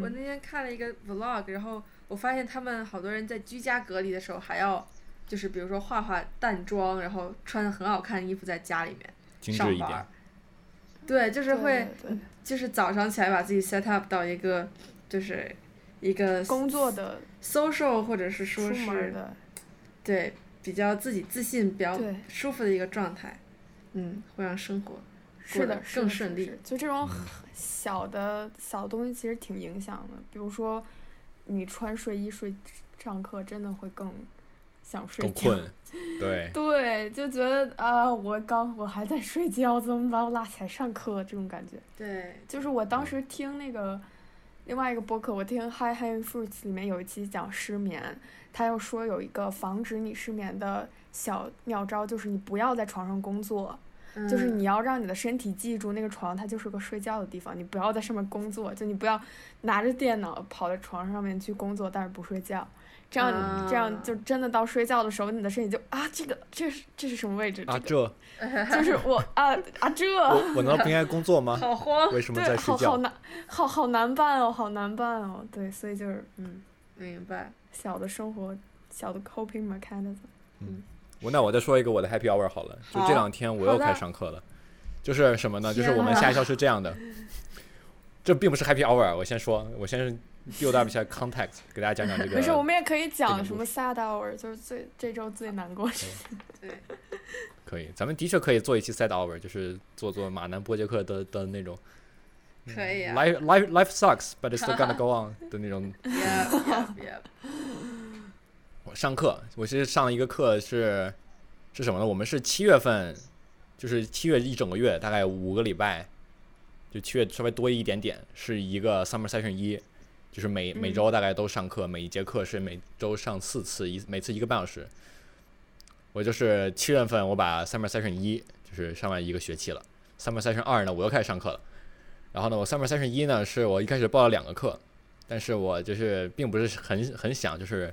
[SPEAKER 5] 我那天看了一个 vlog，然后我发现他们好多人在居家隔离的时候还要，就是比如说化化淡妆，然后穿的很好看的衣服在家里面
[SPEAKER 2] 精
[SPEAKER 5] 上
[SPEAKER 2] 致一
[SPEAKER 5] 班
[SPEAKER 2] 点
[SPEAKER 5] 儿。。对，就是
[SPEAKER 4] 对
[SPEAKER 5] 会，
[SPEAKER 4] 对对
[SPEAKER 5] 就是早上起来把自己 set up 到一个，就是一个
[SPEAKER 4] 工作的
[SPEAKER 5] social 或者是
[SPEAKER 4] 出
[SPEAKER 5] 说
[SPEAKER 4] 门
[SPEAKER 5] 是
[SPEAKER 4] 的，
[SPEAKER 5] 对比较自己自信、比较
[SPEAKER 4] 对
[SPEAKER 5] 舒服的一个状态，嗯，会让生活过
[SPEAKER 4] 是
[SPEAKER 5] 得
[SPEAKER 4] 的，是
[SPEAKER 5] 更
[SPEAKER 4] 的是
[SPEAKER 5] 顺
[SPEAKER 4] 的
[SPEAKER 5] 利
[SPEAKER 4] 是的就这种
[SPEAKER 2] 嗯
[SPEAKER 4] 很小的小的东西，其实挺影响的。比如说，你穿睡衣睡上课，真的会更想睡
[SPEAKER 2] 更
[SPEAKER 4] 觉。
[SPEAKER 2] 困，对，
[SPEAKER 4] 对，就觉得啊，我刚我还在睡觉，怎么把我拉起来上课？这种感觉，
[SPEAKER 5] 对，
[SPEAKER 4] 就是我当
[SPEAKER 2] 嗯
[SPEAKER 4] 时听那个另外一个播客，我听《High Hanging Fruits》里面有一期讲失眠，他又说有一个防止你失眠的小妙招，就是你不要在床上工作。就是
[SPEAKER 5] 嗯
[SPEAKER 4] 你要让你的身体记住那个床，它就是个睡觉的地方，你不要在上面工作，就你不要拿着电脑跑到床上面去工作，但是不睡觉，这样、这样就真的到睡觉的时候，你的身体就啊，这个这是这是什么位置？
[SPEAKER 2] 啊，
[SPEAKER 4] 这
[SPEAKER 2] 这
[SPEAKER 4] 个、就是我啊啊这，
[SPEAKER 2] 我我难道不应该工作吗？
[SPEAKER 5] 好慌，
[SPEAKER 2] 为什么
[SPEAKER 4] 对，
[SPEAKER 2] 在睡
[SPEAKER 4] 好好
[SPEAKER 2] 觉？
[SPEAKER 4] 难，好好难办哦，好难办哦，对，所以就是嗯，
[SPEAKER 5] 明白，
[SPEAKER 4] 小的生活，小的 coping mechanism，
[SPEAKER 2] 我那我再说一个我的 happy hour 好了，就
[SPEAKER 5] 好
[SPEAKER 2] 这两天我又
[SPEAKER 4] 好的
[SPEAKER 2] 开始上课了，就是什么呢？就是我们
[SPEAKER 5] 天啊
[SPEAKER 2] 下一校是这样的，这并不是 happy hour，我先啊说，我先 build up 一下 context，给 大家讲讲这个。
[SPEAKER 4] 没事，我们也可以讲
[SPEAKER 2] 故
[SPEAKER 4] 什么 sad hour，就是最这周最难过的事
[SPEAKER 5] 对，
[SPEAKER 2] 可以，咱们的确可以做一期 side hour，就是做做马南波杰克的的那种嗯
[SPEAKER 5] 可以啊
[SPEAKER 2] life life life sucks but it's still gonna go on 的那种
[SPEAKER 5] ，yeah yeah
[SPEAKER 2] 我上课，我是上一个课是是什么呢？我们是七月份，就是七月一整个月，大概五个礼拜，就七月稍微多一点点，是一个 summer session 一，就是每每周大概都上课，每一节课是每周上四次，一每次一个半小时。我就是七月份我把 summer session 一就是上完一个学期了，summer session 二呢我又开始上课了。然后呢，我 summer session 一呢是我一开始报了两个课，但是我就是并不是很很想就是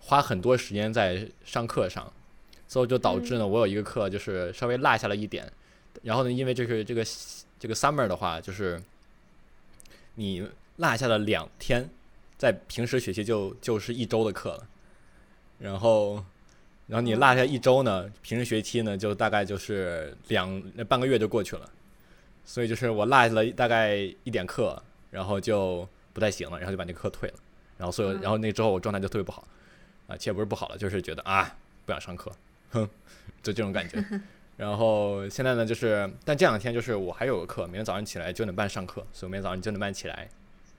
[SPEAKER 2] 花很多时间在上课上，所以就导致呢，我有一个课就是稍微落下了一点。然后呢，因为就是这个这个 summer 的话，就是你落下了两天，在平时学习就就是一周的课了。然后，然后你落下一周呢，平时学期呢就大概就是两半个月就过去了。所以就是我落下了大概一点课，然后就不太行了，然后就把那个课退了。然后所
[SPEAKER 4] 嗯
[SPEAKER 2] 以，然后那之后我状态就特别不好。啊，其实不是不好了，就是觉得啊不想上课，哼，就这种感 觉。然后现在呢，就是但这两天就是我还有个课，每天早上起来九点半上课，所以我每天早上九点半起来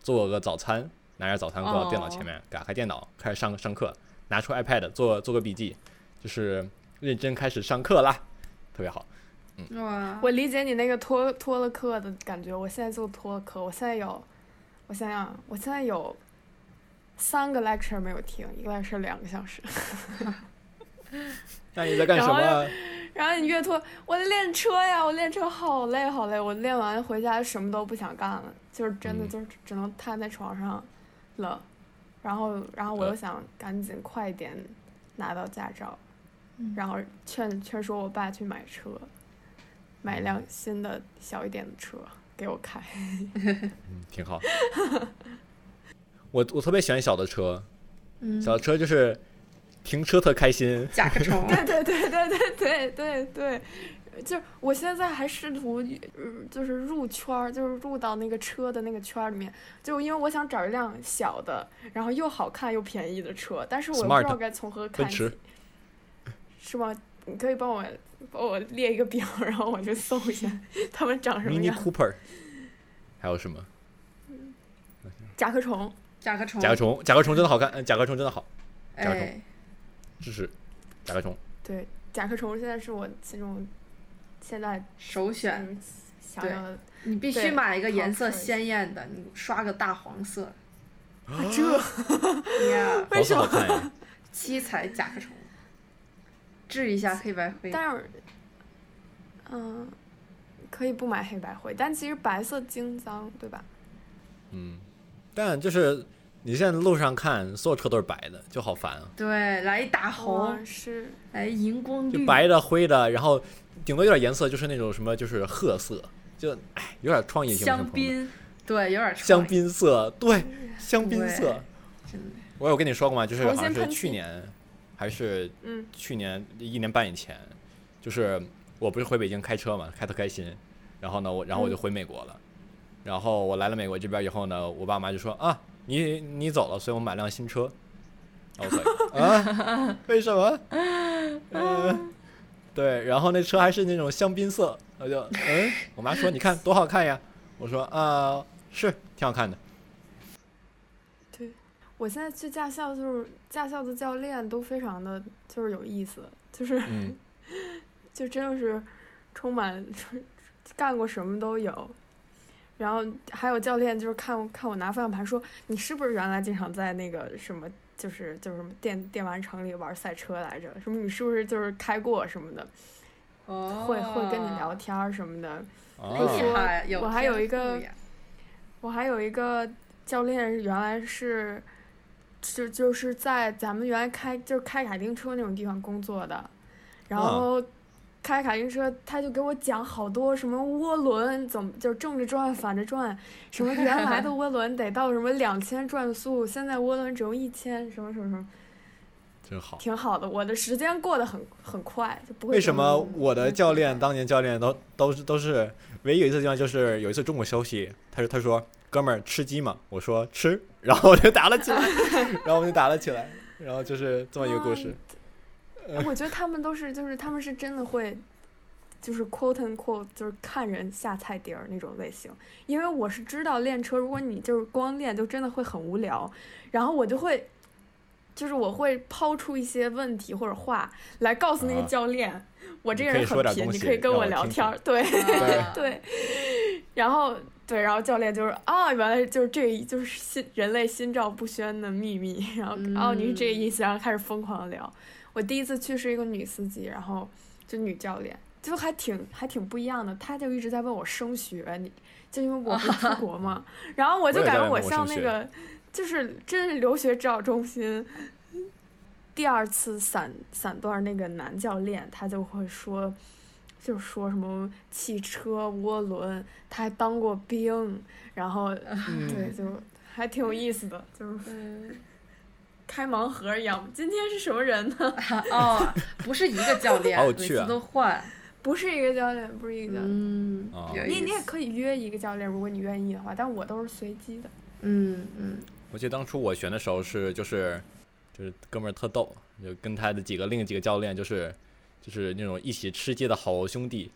[SPEAKER 2] 做个早餐，拿着早餐过到电脑前
[SPEAKER 4] 哦
[SPEAKER 2] 面，打开电脑开始上上课，拿出 iPad 做做个笔记，就是认真开始上课啦。特别好。嗯
[SPEAKER 5] 哇，
[SPEAKER 4] 我理解你那个脱脱了课的感觉，我现在就脱了课，我现在有，我想想，我现在有三个 lecture 没有听，一个 lecture 两个小时，
[SPEAKER 2] 那你在干什
[SPEAKER 4] 然后
[SPEAKER 2] 么？
[SPEAKER 4] 然后你越拖，我在练车呀，我练车好累好累，我练完回家什么都不想干了，就是真的
[SPEAKER 2] 嗯
[SPEAKER 4] 就是只能瘫在床上了，然后然后我又
[SPEAKER 2] 呃
[SPEAKER 4] 想赶紧快一点拿到驾照，然后劝劝说我爸去买车，买一辆新的小一点的车给我开。
[SPEAKER 2] 嗯挺好。我我特别喜欢小的车，
[SPEAKER 5] 嗯，
[SPEAKER 2] 小的车就是停车特开心。
[SPEAKER 5] 甲壳 虫，
[SPEAKER 4] 对对对对对对对，就是我现在还试图，呃就是入圈儿，就是入到那个车的那个圈儿里面，就因为我想找一辆小的，然后又好看又便宜的车，但是我又不
[SPEAKER 2] Smart
[SPEAKER 4] 知道该从何看
[SPEAKER 2] 奔
[SPEAKER 4] 起
[SPEAKER 2] 驰，
[SPEAKER 4] 是吗？你可以帮我帮我列一个表，然后我去搜一下它们长什么
[SPEAKER 2] ，Mini
[SPEAKER 4] 样。
[SPEAKER 2] Cooper，还有什么？
[SPEAKER 4] 甲壳虫，
[SPEAKER 5] 甲壳虫，
[SPEAKER 2] 甲壳虫，甲壳虫真的好看，嗯甲壳虫真的好，甲壳虫
[SPEAKER 5] 哎，
[SPEAKER 2] 支持甲壳虫。
[SPEAKER 4] 对，甲壳虫现在是我心中现在
[SPEAKER 5] 首选，
[SPEAKER 4] 嗯想要的，
[SPEAKER 5] 你必须
[SPEAKER 4] 对
[SPEAKER 5] 买一个颜色
[SPEAKER 4] 好吃
[SPEAKER 5] 鲜艳的，你刷个大黄 色，
[SPEAKER 4] 这
[SPEAKER 5] 呀，
[SPEAKER 2] 黄色好看呀，
[SPEAKER 5] 七彩甲壳虫，治一下黑白灰，
[SPEAKER 4] 但是，嗯、可以不买黑白灰，但其实白色经脏，对吧？
[SPEAKER 2] 嗯，但就是你现在路上看，所有车都是白的，就好烦啊，
[SPEAKER 5] 对，来一大
[SPEAKER 3] 啊
[SPEAKER 4] 哦
[SPEAKER 5] 红，
[SPEAKER 4] 是，
[SPEAKER 5] 来荧光
[SPEAKER 3] 嗯
[SPEAKER 2] 就
[SPEAKER 5] 绿，
[SPEAKER 2] 白的、灰的，然后顶多有点颜色，就是那种什么，就是褐色，就哎，有点创意性。
[SPEAKER 5] 香，槟，对，有点创
[SPEAKER 2] 香
[SPEAKER 5] 意，
[SPEAKER 2] 槟色，对，香槟色
[SPEAKER 5] 对。真的，
[SPEAKER 2] 我有跟你说过吗？就是好
[SPEAKER 4] 重
[SPEAKER 2] 像
[SPEAKER 4] 新
[SPEAKER 2] 是
[SPEAKER 4] 喷漆
[SPEAKER 2] 去年，还是
[SPEAKER 4] 嗯
[SPEAKER 2] 去年一年半以前，就是我不是回北京开车嘛，开特开心。然后呢，我然后我就回美国了。然后我来了美国这边以后呢，我爸妈就说啊，你你走了，所以我买辆新车。然后我说啊，为什么？呃，对，然后那车还是那种香槟色，我就嗯，我妈说你看多好看呀，我说啊是挺好看的，
[SPEAKER 4] 我现在去驾校，就是驾校的教练都非常的就是有意思，就是
[SPEAKER 2] 嗯，
[SPEAKER 4] 就真的是充满干过什么都有。然后还有教练就是看看我拿方向盘说你是不是原来经常在那个什么就是就是什么电电玩城里玩赛车来着？什么你是不是就是开过什么的？
[SPEAKER 5] 哦，
[SPEAKER 4] 会会跟你聊，天儿什么的。
[SPEAKER 3] 嗯
[SPEAKER 2] 啊
[SPEAKER 4] 可以
[SPEAKER 5] 厉害，有
[SPEAKER 4] 我还有一个
[SPEAKER 5] 天赋呀
[SPEAKER 4] 我还有一个教练，原来是就就是在咱们原来开就是开卡丁车那种地方工作的，然
[SPEAKER 2] 嗯
[SPEAKER 4] 后开卡丁车他就给我讲好多什么涡轮怎么就是正着转反着转，什么原来的涡轮得到什么两千转速，现在涡轮只用一千，什么什么什么，
[SPEAKER 2] 真好。
[SPEAKER 4] 挺好的。我的时间过得很很快，就不会
[SPEAKER 2] 为什
[SPEAKER 4] 觉得
[SPEAKER 2] 么
[SPEAKER 4] 嗯
[SPEAKER 2] 我的教练当年教练都都是都是唯一有一次地方就是有一次中午休息，他说他说哥们儿吃鸡嘛，我说吃，然后我就打了起来， 然后我们就打了起来，然后就是这么一个故事。
[SPEAKER 4] 哎我觉得他们都是，就是他们是真的会，就是 quote and quote，就是看人下菜碟儿那种类型。因为我是知道练车，如果你就是光练，就真的会很无聊。然后我就会，就是我会抛出一些问题或者话来告诉那个
[SPEAKER 2] 啊
[SPEAKER 4] 教练，我这
[SPEAKER 2] 你
[SPEAKER 4] 个
[SPEAKER 2] 可以
[SPEAKER 4] 人
[SPEAKER 2] 说
[SPEAKER 4] 很
[SPEAKER 2] 点
[SPEAKER 4] 贫，
[SPEAKER 2] 东
[SPEAKER 4] 你
[SPEAKER 2] 西
[SPEAKER 4] 可以跟
[SPEAKER 2] 让
[SPEAKER 4] 我
[SPEAKER 2] 我
[SPEAKER 4] 聊
[SPEAKER 2] 听
[SPEAKER 4] 天儿
[SPEAKER 2] 听。
[SPEAKER 4] 对，
[SPEAKER 5] 啊
[SPEAKER 4] 对，然后对，然后教练就是啊，原来就是这一就是心人类心照不宣的秘密，然后、哦你是这个意思，然后开始疯狂地聊。我第一次去是一个女司机，然后就女教练，就还挺还挺不一样的，她就一直在问我升学，你就因为我不是出国 嘛，然后我就
[SPEAKER 2] 我也
[SPEAKER 4] 感
[SPEAKER 2] 在
[SPEAKER 4] 觉
[SPEAKER 2] 问
[SPEAKER 4] 我
[SPEAKER 2] 我
[SPEAKER 4] 像
[SPEAKER 2] 升学
[SPEAKER 4] 那个就是真是留学指导中心。第二次散散段那个男教练，他就会说，就说什么汽车涡轮，他还当过兵，然 后啊
[SPEAKER 2] 嗯
[SPEAKER 4] 对，就还挺有意思的，就是
[SPEAKER 5] 嗯，
[SPEAKER 4] 开盲盒一样。今天是什么人呢？
[SPEAKER 5] 哦，不是一个教练，
[SPEAKER 2] 好有
[SPEAKER 5] 每
[SPEAKER 2] 趣啊
[SPEAKER 5] 次都换，
[SPEAKER 4] 不是一个教练，不是一个教练。
[SPEAKER 5] 嗯
[SPEAKER 2] 啊，
[SPEAKER 5] 有
[SPEAKER 4] 你
[SPEAKER 5] 意
[SPEAKER 4] 你也
[SPEAKER 5] 思
[SPEAKER 4] 可以约一个教练，如果你愿意的话，但我都是随机的。
[SPEAKER 5] 嗯嗯，
[SPEAKER 2] 我记得当初我选的时候是就是就是哥们儿特逗，就跟他的几个另几个教练就是就是那种一起吃鸡的好兄弟，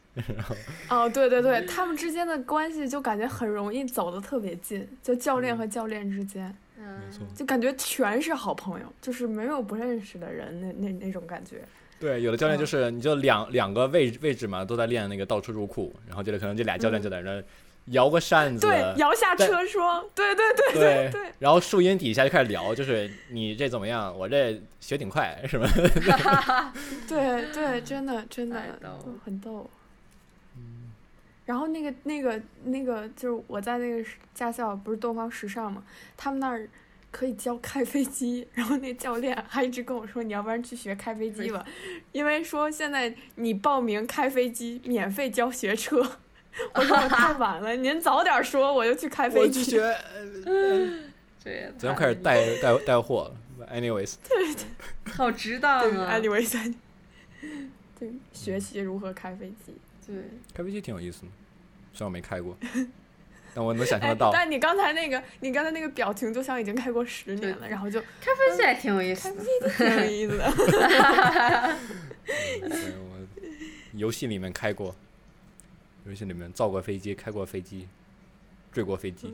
[SPEAKER 4] 哦，对对对，他们之间的关系就感觉很容易走得特别近，就教练和教练之间，
[SPEAKER 5] 嗯
[SPEAKER 2] 错
[SPEAKER 4] 就感觉全是好朋友，就是没有不认识的人那那那种感觉。
[SPEAKER 2] 对，有的教练就是
[SPEAKER 4] 嗯
[SPEAKER 2] 你就两两个位置位置嘛，都在练那个倒车入库，然后就可能这俩教练就在那摇个扇子，
[SPEAKER 4] 嗯对，摇下
[SPEAKER 2] 但
[SPEAKER 4] 车窗，对对对
[SPEAKER 2] 对
[SPEAKER 4] 对，
[SPEAKER 2] 然后树荫底下就开始聊，就是你这怎么样？我这学挺快， 什么？
[SPEAKER 4] 对对，真的真的
[SPEAKER 3] 哎
[SPEAKER 5] 太逗了
[SPEAKER 4] 嗯很逗。然后那个那个那个，就是我在那个时驾校，不是东方时尚嘛，他们那儿可以教开飞机，然后那教练还一直跟我说，你要不然去学开飞机吧，因为说现在你报名开飞机免费教学车。我说我太晚了，您早点说，我就去开飞机。
[SPEAKER 2] 学，
[SPEAKER 5] 这也
[SPEAKER 2] 咱们
[SPEAKER 5] 太
[SPEAKER 2] 开始带带带货了。Anyways，
[SPEAKER 5] 好值当
[SPEAKER 4] 对
[SPEAKER 5] 啊！
[SPEAKER 4] ，anyway，再对，学习如何开飞机。
[SPEAKER 5] 对，
[SPEAKER 2] 开飞机挺有意思的，虽然我没开 过，但我能想象
[SPEAKER 4] 哎
[SPEAKER 2] 得，到。
[SPEAKER 4] 但你刚才那个，你刚才那个表情，就像已经开过十
[SPEAKER 5] 对
[SPEAKER 4] 年了，然后就
[SPEAKER 5] 开飞机还挺有意思的。
[SPEAKER 4] 挺有意思的。
[SPEAKER 2] 对我游戏里面开过，游戏里面造过飞机，开过飞机，坠过飞机。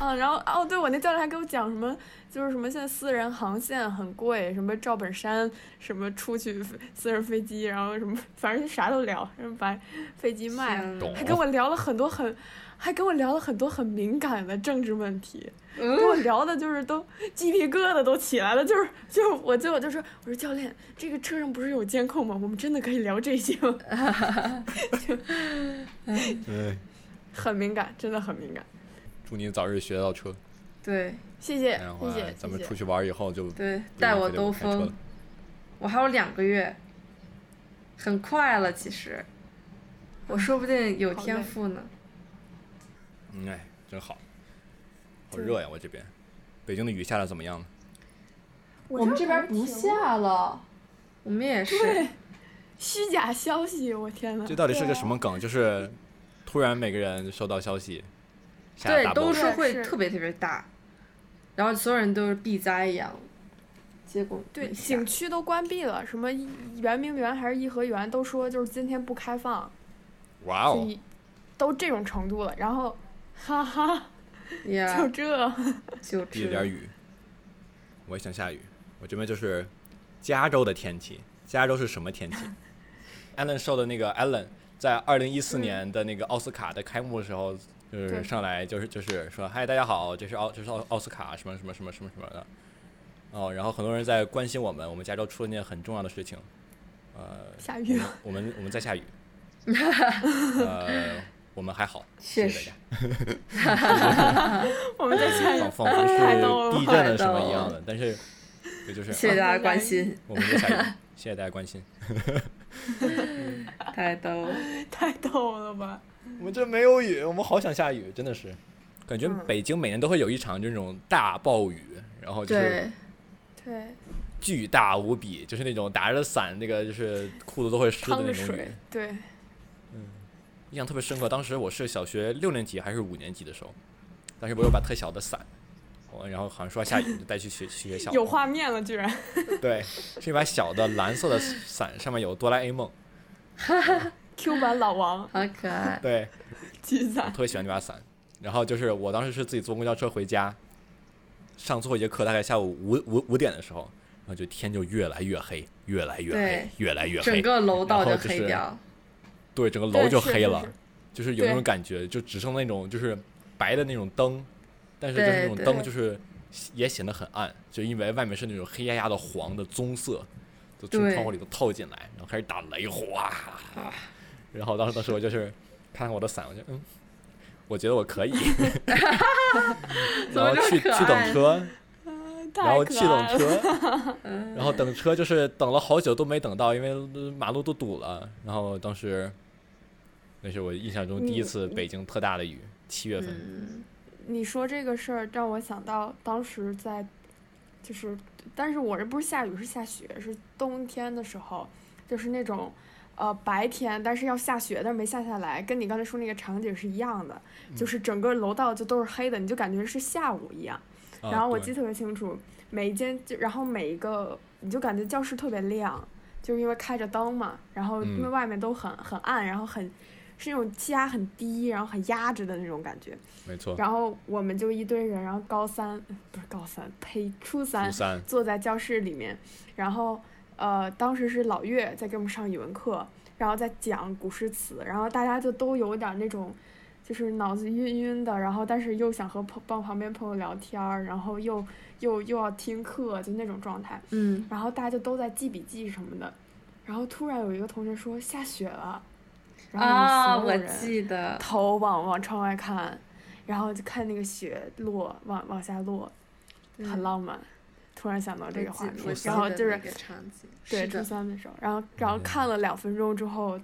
[SPEAKER 4] 嗯，然后哦，对我那教练还给我讲什么，就是什么现在私人航线很贵，什么赵本山，什么出去飞私人飞机，然后什么，反正啥都聊，然后把飞机卖了，
[SPEAKER 5] 天
[SPEAKER 2] 懂
[SPEAKER 5] 呐
[SPEAKER 4] 嗯还跟我聊了很多很，还跟我聊了很多很敏感的政治问题。
[SPEAKER 5] 嗯
[SPEAKER 4] 跟，我聊的就是都鸡皮疙瘩都起来了，就是就是我最后就说我说教练，这个车上不是有监控吗？我们真的可以聊这些吗？
[SPEAKER 2] 对，
[SPEAKER 4] 很敏感，真的很敏感。
[SPEAKER 2] 祝你早日学到车，
[SPEAKER 5] 对
[SPEAKER 4] 谢谢
[SPEAKER 2] 然后
[SPEAKER 4] 哎
[SPEAKER 2] 啊
[SPEAKER 4] 谢谢，
[SPEAKER 2] 哎咱们
[SPEAKER 4] 谢谢
[SPEAKER 2] 出去玩以后就
[SPEAKER 5] 对，带我兜
[SPEAKER 2] 不用非得我
[SPEAKER 5] 风
[SPEAKER 2] 开车了。
[SPEAKER 5] 我还有两个月，很快了，其实，我说不定有
[SPEAKER 4] 嗯好
[SPEAKER 5] 天
[SPEAKER 4] 累
[SPEAKER 5] 赋呢。
[SPEAKER 2] 嗯哎，真好，好热呀！我这边，北京的雨下的怎么样呢？
[SPEAKER 4] 我们这边不下
[SPEAKER 5] 了，我们也是。
[SPEAKER 4] 虚假消息，我天呐
[SPEAKER 2] 这，到底是个什么梗？就是突然每个人收到消息，下了
[SPEAKER 5] 对
[SPEAKER 2] 大，
[SPEAKER 5] 都
[SPEAKER 2] 暴雨
[SPEAKER 5] 说
[SPEAKER 4] 对
[SPEAKER 5] 会
[SPEAKER 4] 是
[SPEAKER 5] 特别特别大，然后所有人都是避灾一样，结果
[SPEAKER 4] 对，
[SPEAKER 5] 没下
[SPEAKER 4] 景区都关闭了，什么圆明园还是颐和园都说就是今天不开放，
[SPEAKER 2] 哇
[SPEAKER 4] 就
[SPEAKER 2] 哦！
[SPEAKER 4] 一都这种程度了，然后哈哈，
[SPEAKER 3] 哎
[SPEAKER 4] 就
[SPEAKER 5] 呀，
[SPEAKER 4] 这，
[SPEAKER 5] 就
[SPEAKER 2] 滴了
[SPEAKER 5] 这
[SPEAKER 2] 点雨，我也想下雨。我这边就是加州的天气，加州是什么天气？Allen 受的那个 Allen 在二零一四年的那个奥斯卡的开幕的时候，就是
[SPEAKER 4] 对
[SPEAKER 2] 上来就是就是说嗨大家好，这是奥这是奥奥斯卡什么什么什么什么什么的。哦，然后很多人在关心我们，我们加州出了一件很重要的事情，呃，
[SPEAKER 4] 下雨了，
[SPEAKER 2] 我们我们在 下雨，呃，我们还好，
[SPEAKER 5] 确
[SPEAKER 2] 谢谢
[SPEAKER 5] 实
[SPEAKER 2] 大家。嗯
[SPEAKER 4] 我们在下雨
[SPEAKER 2] 仿，仿佛是
[SPEAKER 4] 太逗了
[SPEAKER 2] 地震了什么一样的，但是这就是
[SPEAKER 5] 谢谢
[SPEAKER 2] 啊
[SPEAKER 5] 大家关心，
[SPEAKER 2] 我们在下雨，谢谢大家关心。
[SPEAKER 5] 太逗了。
[SPEAKER 4] 太逗了 吧？
[SPEAKER 2] 我们这没有雨，我们好想下雨，真的是，感
[SPEAKER 4] 嗯
[SPEAKER 2] 觉北京每年都会有一场这种大暴雨，然后就是
[SPEAKER 5] 对，
[SPEAKER 4] 对，
[SPEAKER 2] 巨大无比，就是那种打着伞那个就是裤子都会湿的
[SPEAKER 4] 趟
[SPEAKER 2] 那
[SPEAKER 4] 着
[SPEAKER 2] 种雨
[SPEAKER 4] 水。，对，
[SPEAKER 2] 印象特别深刻。当时我是小学六年级还是五年级的时候，当时我有把特小的伞，我然后好像说下雨就带去学去学校，
[SPEAKER 4] 有画面了，居然。
[SPEAKER 2] 对，是一把小的蓝色的伞，上面有哆啦 A 梦，
[SPEAKER 4] Q 版老王
[SPEAKER 5] 好可爱。
[SPEAKER 2] 对，
[SPEAKER 4] 橘子，
[SPEAKER 2] 特别喜欢这把伞。然后就是我当时是自己坐公交车回家，上最后一节课大概下午五五五点的时候，然后就天就越来越黑，越来越黑
[SPEAKER 5] 对，
[SPEAKER 2] 越来越
[SPEAKER 5] 整
[SPEAKER 2] 黑，
[SPEAKER 5] 个楼道
[SPEAKER 2] 然后
[SPEAKER 5] 就
[SPEAKER 2] 就
[SPEAKER 5] 黑
[SPEAKER 2] 是
[SPEAKER 5] 掉，
[SPEAKER 2] 对，整个
[SPEAKER 4] 对
[SPEAKER 2] 楼就是黑
[SPEAKER 4] 是
[SPEAKER 2] 了
[SPEAKER 4] 是，
[SPEAKER 2] 就是有那种
[SPEAKER 4] 对
[SPEAKER 2] 感觉，就只剩那种就是白的那种灯，但是就是那
[SPEAKER 5] 对
[SPEAKER 2] 种
[SPEAKER 5] 对
[SPEAKER 2] 灯就是也显得很暗，就因为外面是那种黑压压的黄的棕色，就从
[SPEAKER 5] 对
[SPEAKER 2] 窗户里头透进来，然后开始打雷，哗！然后当时当时我就是看看我的伞，我就嗯，我觉得我 可以，
[SPEAKER 5] 怎么
[SPEAKER 2] 然后
[SPEAKER 5] 这么
[SPEAKER 2] 去
[SPEAKER 5] 可
[SPEAKER 2] 去等
[SPEAKER 5] 爱
[SPEAKER 2] 车，然
[SPEAKER 4] 太
[SPEAKER 2] 后去
[SPEAKER 4] 可
[SPEAKER 2] 等
[SPEAKER 4] 爱了。
[SPEAKER 2] 车， 然后等车就是等了好久都没等到，因为呃马路都堵了。然后当时，那是我印象中第一
[SPEAKER 4] 你
[SPEAKER 2] 次北京特大的雨，七月份。
[SPEAKER 5] 嗯，
[SPEAKER 4] 你说这个事儿让我想到当时在，就是，但是我这不是下雨，是下雪，是冬天的时候，就是那种。呃，白天但是要下雪，但是没下下来，跟你刚才说那个场景是一样的，
[SPEAKER 2] 嗯
[SPEAKER 4] 就是整个楼道就都是黑的，你就感觉是下午一样。
[SPEAKER 2] 啊
[SPEAKER 4] 然后我
[SPEAKER 2] 对
[SPEAKER 4] 记得特别清楚，每一间就然后每一个你就感觉教室特别亮，就是因为开着灯嘛，然后因为
[SPEAKER 2] 嗯
[SPEAKER 4] 外面都很很暗，然后很是那种气压很低，然后很压着的那种感觉。
[SPEAKER 2] 没错，
[SPEAKER 4] 然后我们就一堆人，然后高三不是高三，呸，初三
[SPEAKER 2] 初三
[SPEAKER 4] 坐在教室里面，然后呃，当时是老岳在给我们上语文课，然后在讲古诗词，然后大家就都有点那种，就是脑子晕晕的，然后但是又想和朋帮旁边朋友聊天儿，然后又又又要听课，就那种状态。
[SPEAKER 6] 嗯，
[SPEAKER 4] 然后大家就都在记笔记什么的，然后突然有一个同学说下雪了，然后
[SPEAKER 3] 啊，
[SPEAKER 4] 我们所
[SPEAKER 3] 我
[SPEAKER 4] 有人
[SPEAKER 3] 记得，
[SPEAKER 4] 头往往窗外看，然后就看那个雪落往往下落，很浪漫。突然想到这个画
[SPEAKER 3] 我记
[SPEAKER 4] 面
[SPEAKER 3] 我，
[SPEAKER 4] 然后
[SPEAKER 3] 嗯记得
[SPEAKER 4] 就是
[SPEAKER 3] 那个场景，
[SPEAKER 4] 对，
[SPEAKER 3] 是
[SPEAKER 4] 初
[SPEAKER 3] 的，
[SPEAKER 4] 三的时候，然后然后
[SPEAKER 2] 嗯
[SPEAKER 4] 看了两分钟之后，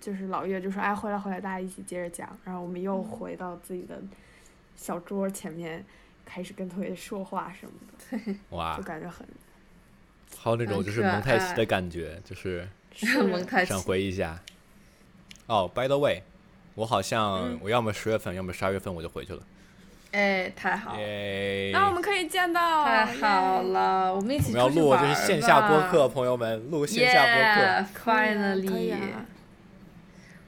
[SPEAKER 4] 就是老岳就说：“哎，回来回来，大家一起接着讲。”然后我们又回到自己的小桌前面，开始跟同学说话什么的，
[SPEAKER 2] 哇
[SPEAKER 3] 啊
[SPEAKER 4] 就，感 觉很
[SPEAKER 2] 还有那种就是
[SPEAKER 3] 很可
[SPEAKER 2] 蒙太奇
[SPEAKER 3] 爱
[SPEAKER 2] 的感觉，就是
[SPEAKER 3] 蒙太奇
[SPEAKER 2] 闪回一下。哦、b y the way，我好
[SPEAKER 4] 嗯
[SPEAKER 2] 像我要么十月份，要么十二月份我就回去了。
[SPEAKER 3] 哎，太好了，
[SPEAKER 2] 耶！
[SPEAKER 4] 那我们可以见到，嗯
[SPEAKER 3] 太好
[SPEAKER 4] 耶，
[SPEAKER 3] 了，我们一
[SPEAKER 2] 我
[SPEAKER 3] 起
[SPEAKER 2] 们要
[SPEAKER 3] 出去
[SPEAKER 2] 录
[SPEAKER 3] 玩
[SPEAKER 2] 这
[SPEAKER 3] 儿
[SPEAKER 2] 是线下播
[SPEAKER 3] 吧
[SPEAKER 2] 客，朋友们录线下播客。
[SPEAKER 3] Yeah,
[SPEAKER 4] 可以啊可以
[SPEAKER 3] finally，
[SPEAKER 4] 啊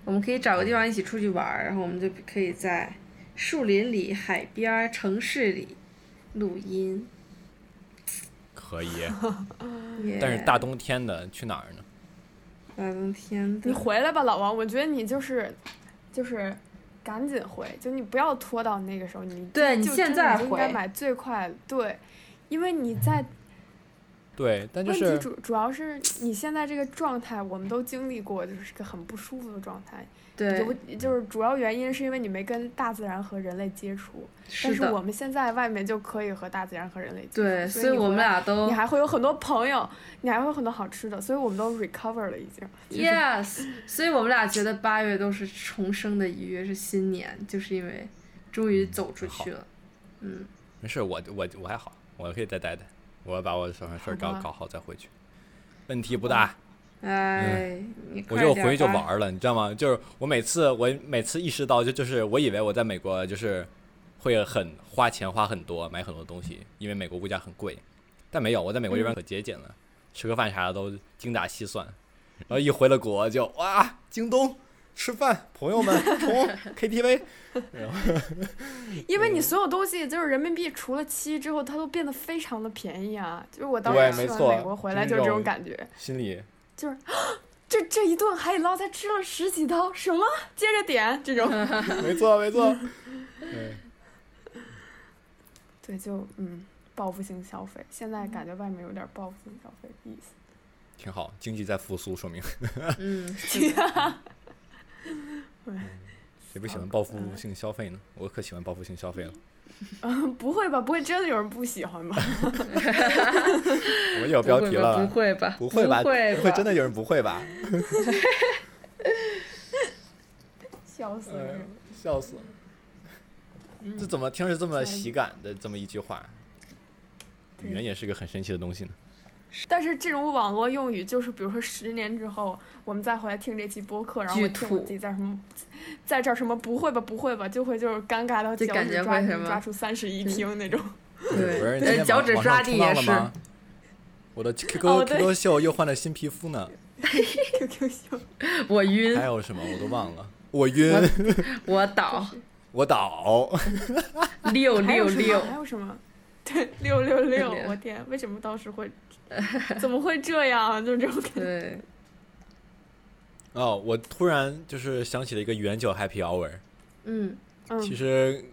[SPEAKER 3] 我们可以找个地方一起出去玩儿，然后我们就可以在树林里、海边儿、城市里录音。
[SPEAKER 2] 可 以，
[SPEAKER 4] 嗯
[SPEAKER 3] Yeah,
[SPEAKER 2] 但是大冬天的去哪儿呢？
[SPEAKER 3] 大冬天的
[SPEAKER 4] 你，回来吧，老王，我觉得你就是就是。赶紧回，就你不要拖到那个时候，你
[SPEAKER 3] 对你
[SPEAKER 4] 就
[SPEAKER 3] 现
[SPEAKER 4] 真的
[SPEAKER 3] 在
[SPEAKER 4] 就应该
[SPEAKER 3] 回
[SPEAKER 4] 买最快，对，因为你在
[SPEAKER 2] 对，但就
[SPEAKER 4] 问
[SPEAKER 2] 是
[SPEAKER 4] 题主主要是你现在这个状态，我们都经历过，就是个很不舒服的状态。
[SPEAKER 3] 对，
[SPEAKER 4] 有就是主要原因是因为你没跟大自然和人类接触，但是我
[SPEAKER 3] 的，
[SPEAKER 4] 们现在外面就可以和大自然和人类接触。
[SPEAKER 3] 对，
[SPEAKER 4] 所
[SPEAKER 3] 所以
[SPEAKER 4] 你
[SPEAKER 3] 我们
[SPEAKER 4] 回来
[SPEAKER 3] 俩都
[SPEAKER 4] 你还会有很多朋友，你还会有很多好吃的，所以我们都 recover 了已经。就是
[SPEAKER 3] yes，所以我们俩觉得八月都是重生的一月，是新年，就是因为终于走出去了。嗯，
[SPEAKER 2] 没事，我我我还好，我可以再待待，我把我手上事儿搞
[SPEAKER 4] 好吧
[SPEAKER 2] 搞好再回去，问题不大。
[SPEAKER 3] 哎，你
[SPEAKER 2] 嗯我
[SPEAKER 3] 快
[SPEAKER 2] 就
[SPEAKER 3] 点
[SPEAKER 2] 回去就
[SPEAKER 3] 吧
[SPEAKER 2] 玩儿了，你知道吗？就是我每次我每次意识到就就是我以为我在美国就是会很花钱花很多买很多东西，因为美国物价很贵，但没有我在美国这边可节俭了，吃个饭啥的都精打细算，然后一回了国就哇京东吃饭朋友们冲 KTV，
[SPEAKER 4] 因
[SPEAKER 2] 嗯
[SPEAKER 4] 为你所有东西就是人民币除了七之后，它都变得非常的便宜啊！就是我当
[SPEAKER 2] 对
[SPEAKER 4] 时
[SPEAKER 2] 没
[SPEAKER 4] 去完
[SPEAKER 2] 错
[SPEAKER 4] 美国回
[SPEAKER 2] 就
[SPEAKER 4] 来
[SPEAKER 2] 是这
[SPEAKER 4] 就是这
[SPEAKER 2] 种
[SPEAKER 4] 种感觉。
[SPEAKER 2] 心里
[SPEAKER 4] 就是这这一顿海底捞才吃了十几刀，什么？接着点这种。
[SPEAKER 2] 没错没错， 嗯。
[SPEAKER 4] 对，就嗯，报复性消费。现在感觉外面有点报复性消费的意思。
[SPEAKER 2] 挺好，经济在复苏，说明
[SPEAKER 3] 嗯，是的
[SPEAKER 2] 谁不喜欢报复性消费呢？
[SPEAKER 3] 嗯
[SPEAKER 2] 我可喜欢报复性消费了，
[SPEAKER 4] 嗯，不会吧？不会真的有人不喜 欢吧？
[SPEAKER 2] 我们有标题了，
[SPEAKER 3] 嗯不会吧？
[SPEAKER 2] 不会吧？
[SPEAKER 3] 不会吧？
[SPEAKER 2] 真的有人不会吧？
[SPEAKER 4] 笑
[SPEAKER 3] 嗯
[SPEAKER 4] 死
[SPEAKER 2] 哎呦
[SPEAKER 4] 人！
[SPEAKER 2] 笑死了！这怎么听着这么喜感的这么一句话？
[SPEAKER 4] 对
[SPEAKER 2] 语言也是个很神奇的东西呢。
[SPEAKER 4] 但是这种网络用语，就是比如说十年之后，我们再回来听这期播客，然后
[SPEAKER 3] 巨
[SPEAKER 4] 我听
[SPEAKER 3] 土
[SPEAKER 4] 我自己在什么，在这儿什么不会吧，不会吧，就会就是尴尬到
[SPEAKER 3] 就
[SPEAKER 4] 脚
[SPEAKER 3] 感觉
[SPEAKER 4] 趾抓
[SPEAKER 3] 会
[SPEAKER 4] 地
[SPEAKER 3] 什么
[SPEAKER 4] 抓出三室一
[SPEAKER 3] 对
[SPEAKER 4] 厅那种。
[SPEAKER 3] 对
[SPEAKER 2] 不是
[SPEAKER 3] 呃
[SPEAKER 2] 今天
[SPEAKER 3] 脚
[SPEAKER 2] 网
[SPEAKER 3] 趾
[SPEAKER 2] 网
[SPEAKER 3] 抓
[SPEAKER 2] 上
[SPEAKER 3] 地
[SPEAKER 2] 冲浪
[SPEAKER 3] 也
[SPEAKER 2] 了
[SPEAKER 3] 是
[SPEAKER 2] 吗？我的 QQ、
[SPEAKER 4] 哦对
[SPEAKER 2] QQ 秀又换了新皮肤呢，
[SPEAKER 4] QQ 秀，
[SPEAKER 3] 我晕
[SPEAKER 2] 还，有什么我都忘了。我晕，
[SPEAKER 3] 嗯我倒，
[SPEAKER 2] 我倒，
[SPEAKER 3] 六
[SPEAKER 4] 还
[SPEAKER 3] 六
[SPEAKER 4] 有什
[SPEAKER 3] 六
[SPEAKER 4] 么？，还有什么？对，六六六
[SPEAKER 3] 六，
[SPEAKER 4] 我天，为什么当 时会，怎么会这样啊？就这种感觉。
[SPEAKER 3] 对，
[SPEAKER 2] 哦，我突然就是想起了一个原酒 Happy Hour，
[SPEAKER 3] 嗯，
[SPEAKER 4] 嗯，
[SPEAKER 2] 其实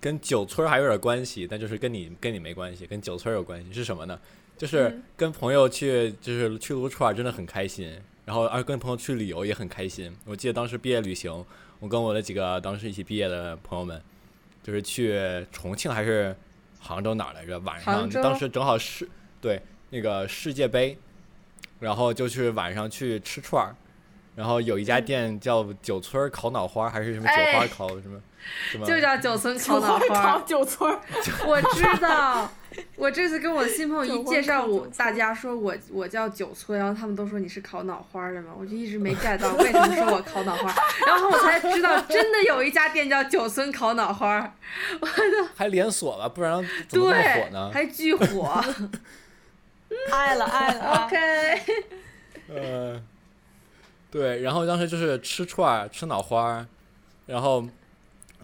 [SPEAKER 2] 跟九村儿还有点关系，但就是跟你跟你没关系，跟九村儿有关系是什么呢？
[SPEAKER 3] 嗯
[SPEAKER 2] 就是跟朋友去，就是去撸串儿真的很开心，然后而跟朋友去旅游也很开心。我记得当时毕业旅行，我跟我的几个当时一起毕业的朋友们，就是去重庆还是杭州哪儿来着？晚上
[SPEAKER 3] 杭州
[SPEAKER 2] 当时正好是对那个世界杯，然后就去晚上去吃串儿。然后有一家店叫九村儿烤脑花儿，还是什么
[SPEAKER 3] 嗯哎
[SPEAKER 2] 九花烤什么？什么
[SPEAKER 3] 就叫九村烤
[SPEAKER 4] 九
[SPEAKER 3] 脑
[SPEAKER 4] 村
[SPEAKER 3] 花
[SPEAKER 4] 烤
[SPEAKER 3] 儿。
[SPEAKER 4] 九 村儿，
[SPEAKER 3] 我知道，我这次跟我的新朋友一
[SPEAKER 4] 九
[SPEAKER 3] 介
[SPEAKER 4] 村
[SPEAKER 3] 绍
[SPEAKER 4] 烤
[SPEAKER 3] 我
[SPEAKER 4] 九，
[SPEAKER 3] 大家说我我叫九村，然后他们都说你是烤脑花儿的嘛，我就一直没 get 到为什么说我烤脑花儿，然后我才知道真的有一家店叫九村烤脑花儿，
[SPEAKER 2] 还连锁了，不然怎么那么火
[SPEAKER 3] 对，
[SPEAKER 2] 呢？
[SPEAKER 3] 还 巨火。
[SPEAKER 4] 爱了爱了啊
[SPEAKER 3] OK，
[SPEAKER 2] 呃，对，然后当时就是吃串儿、吃脑花儿，然后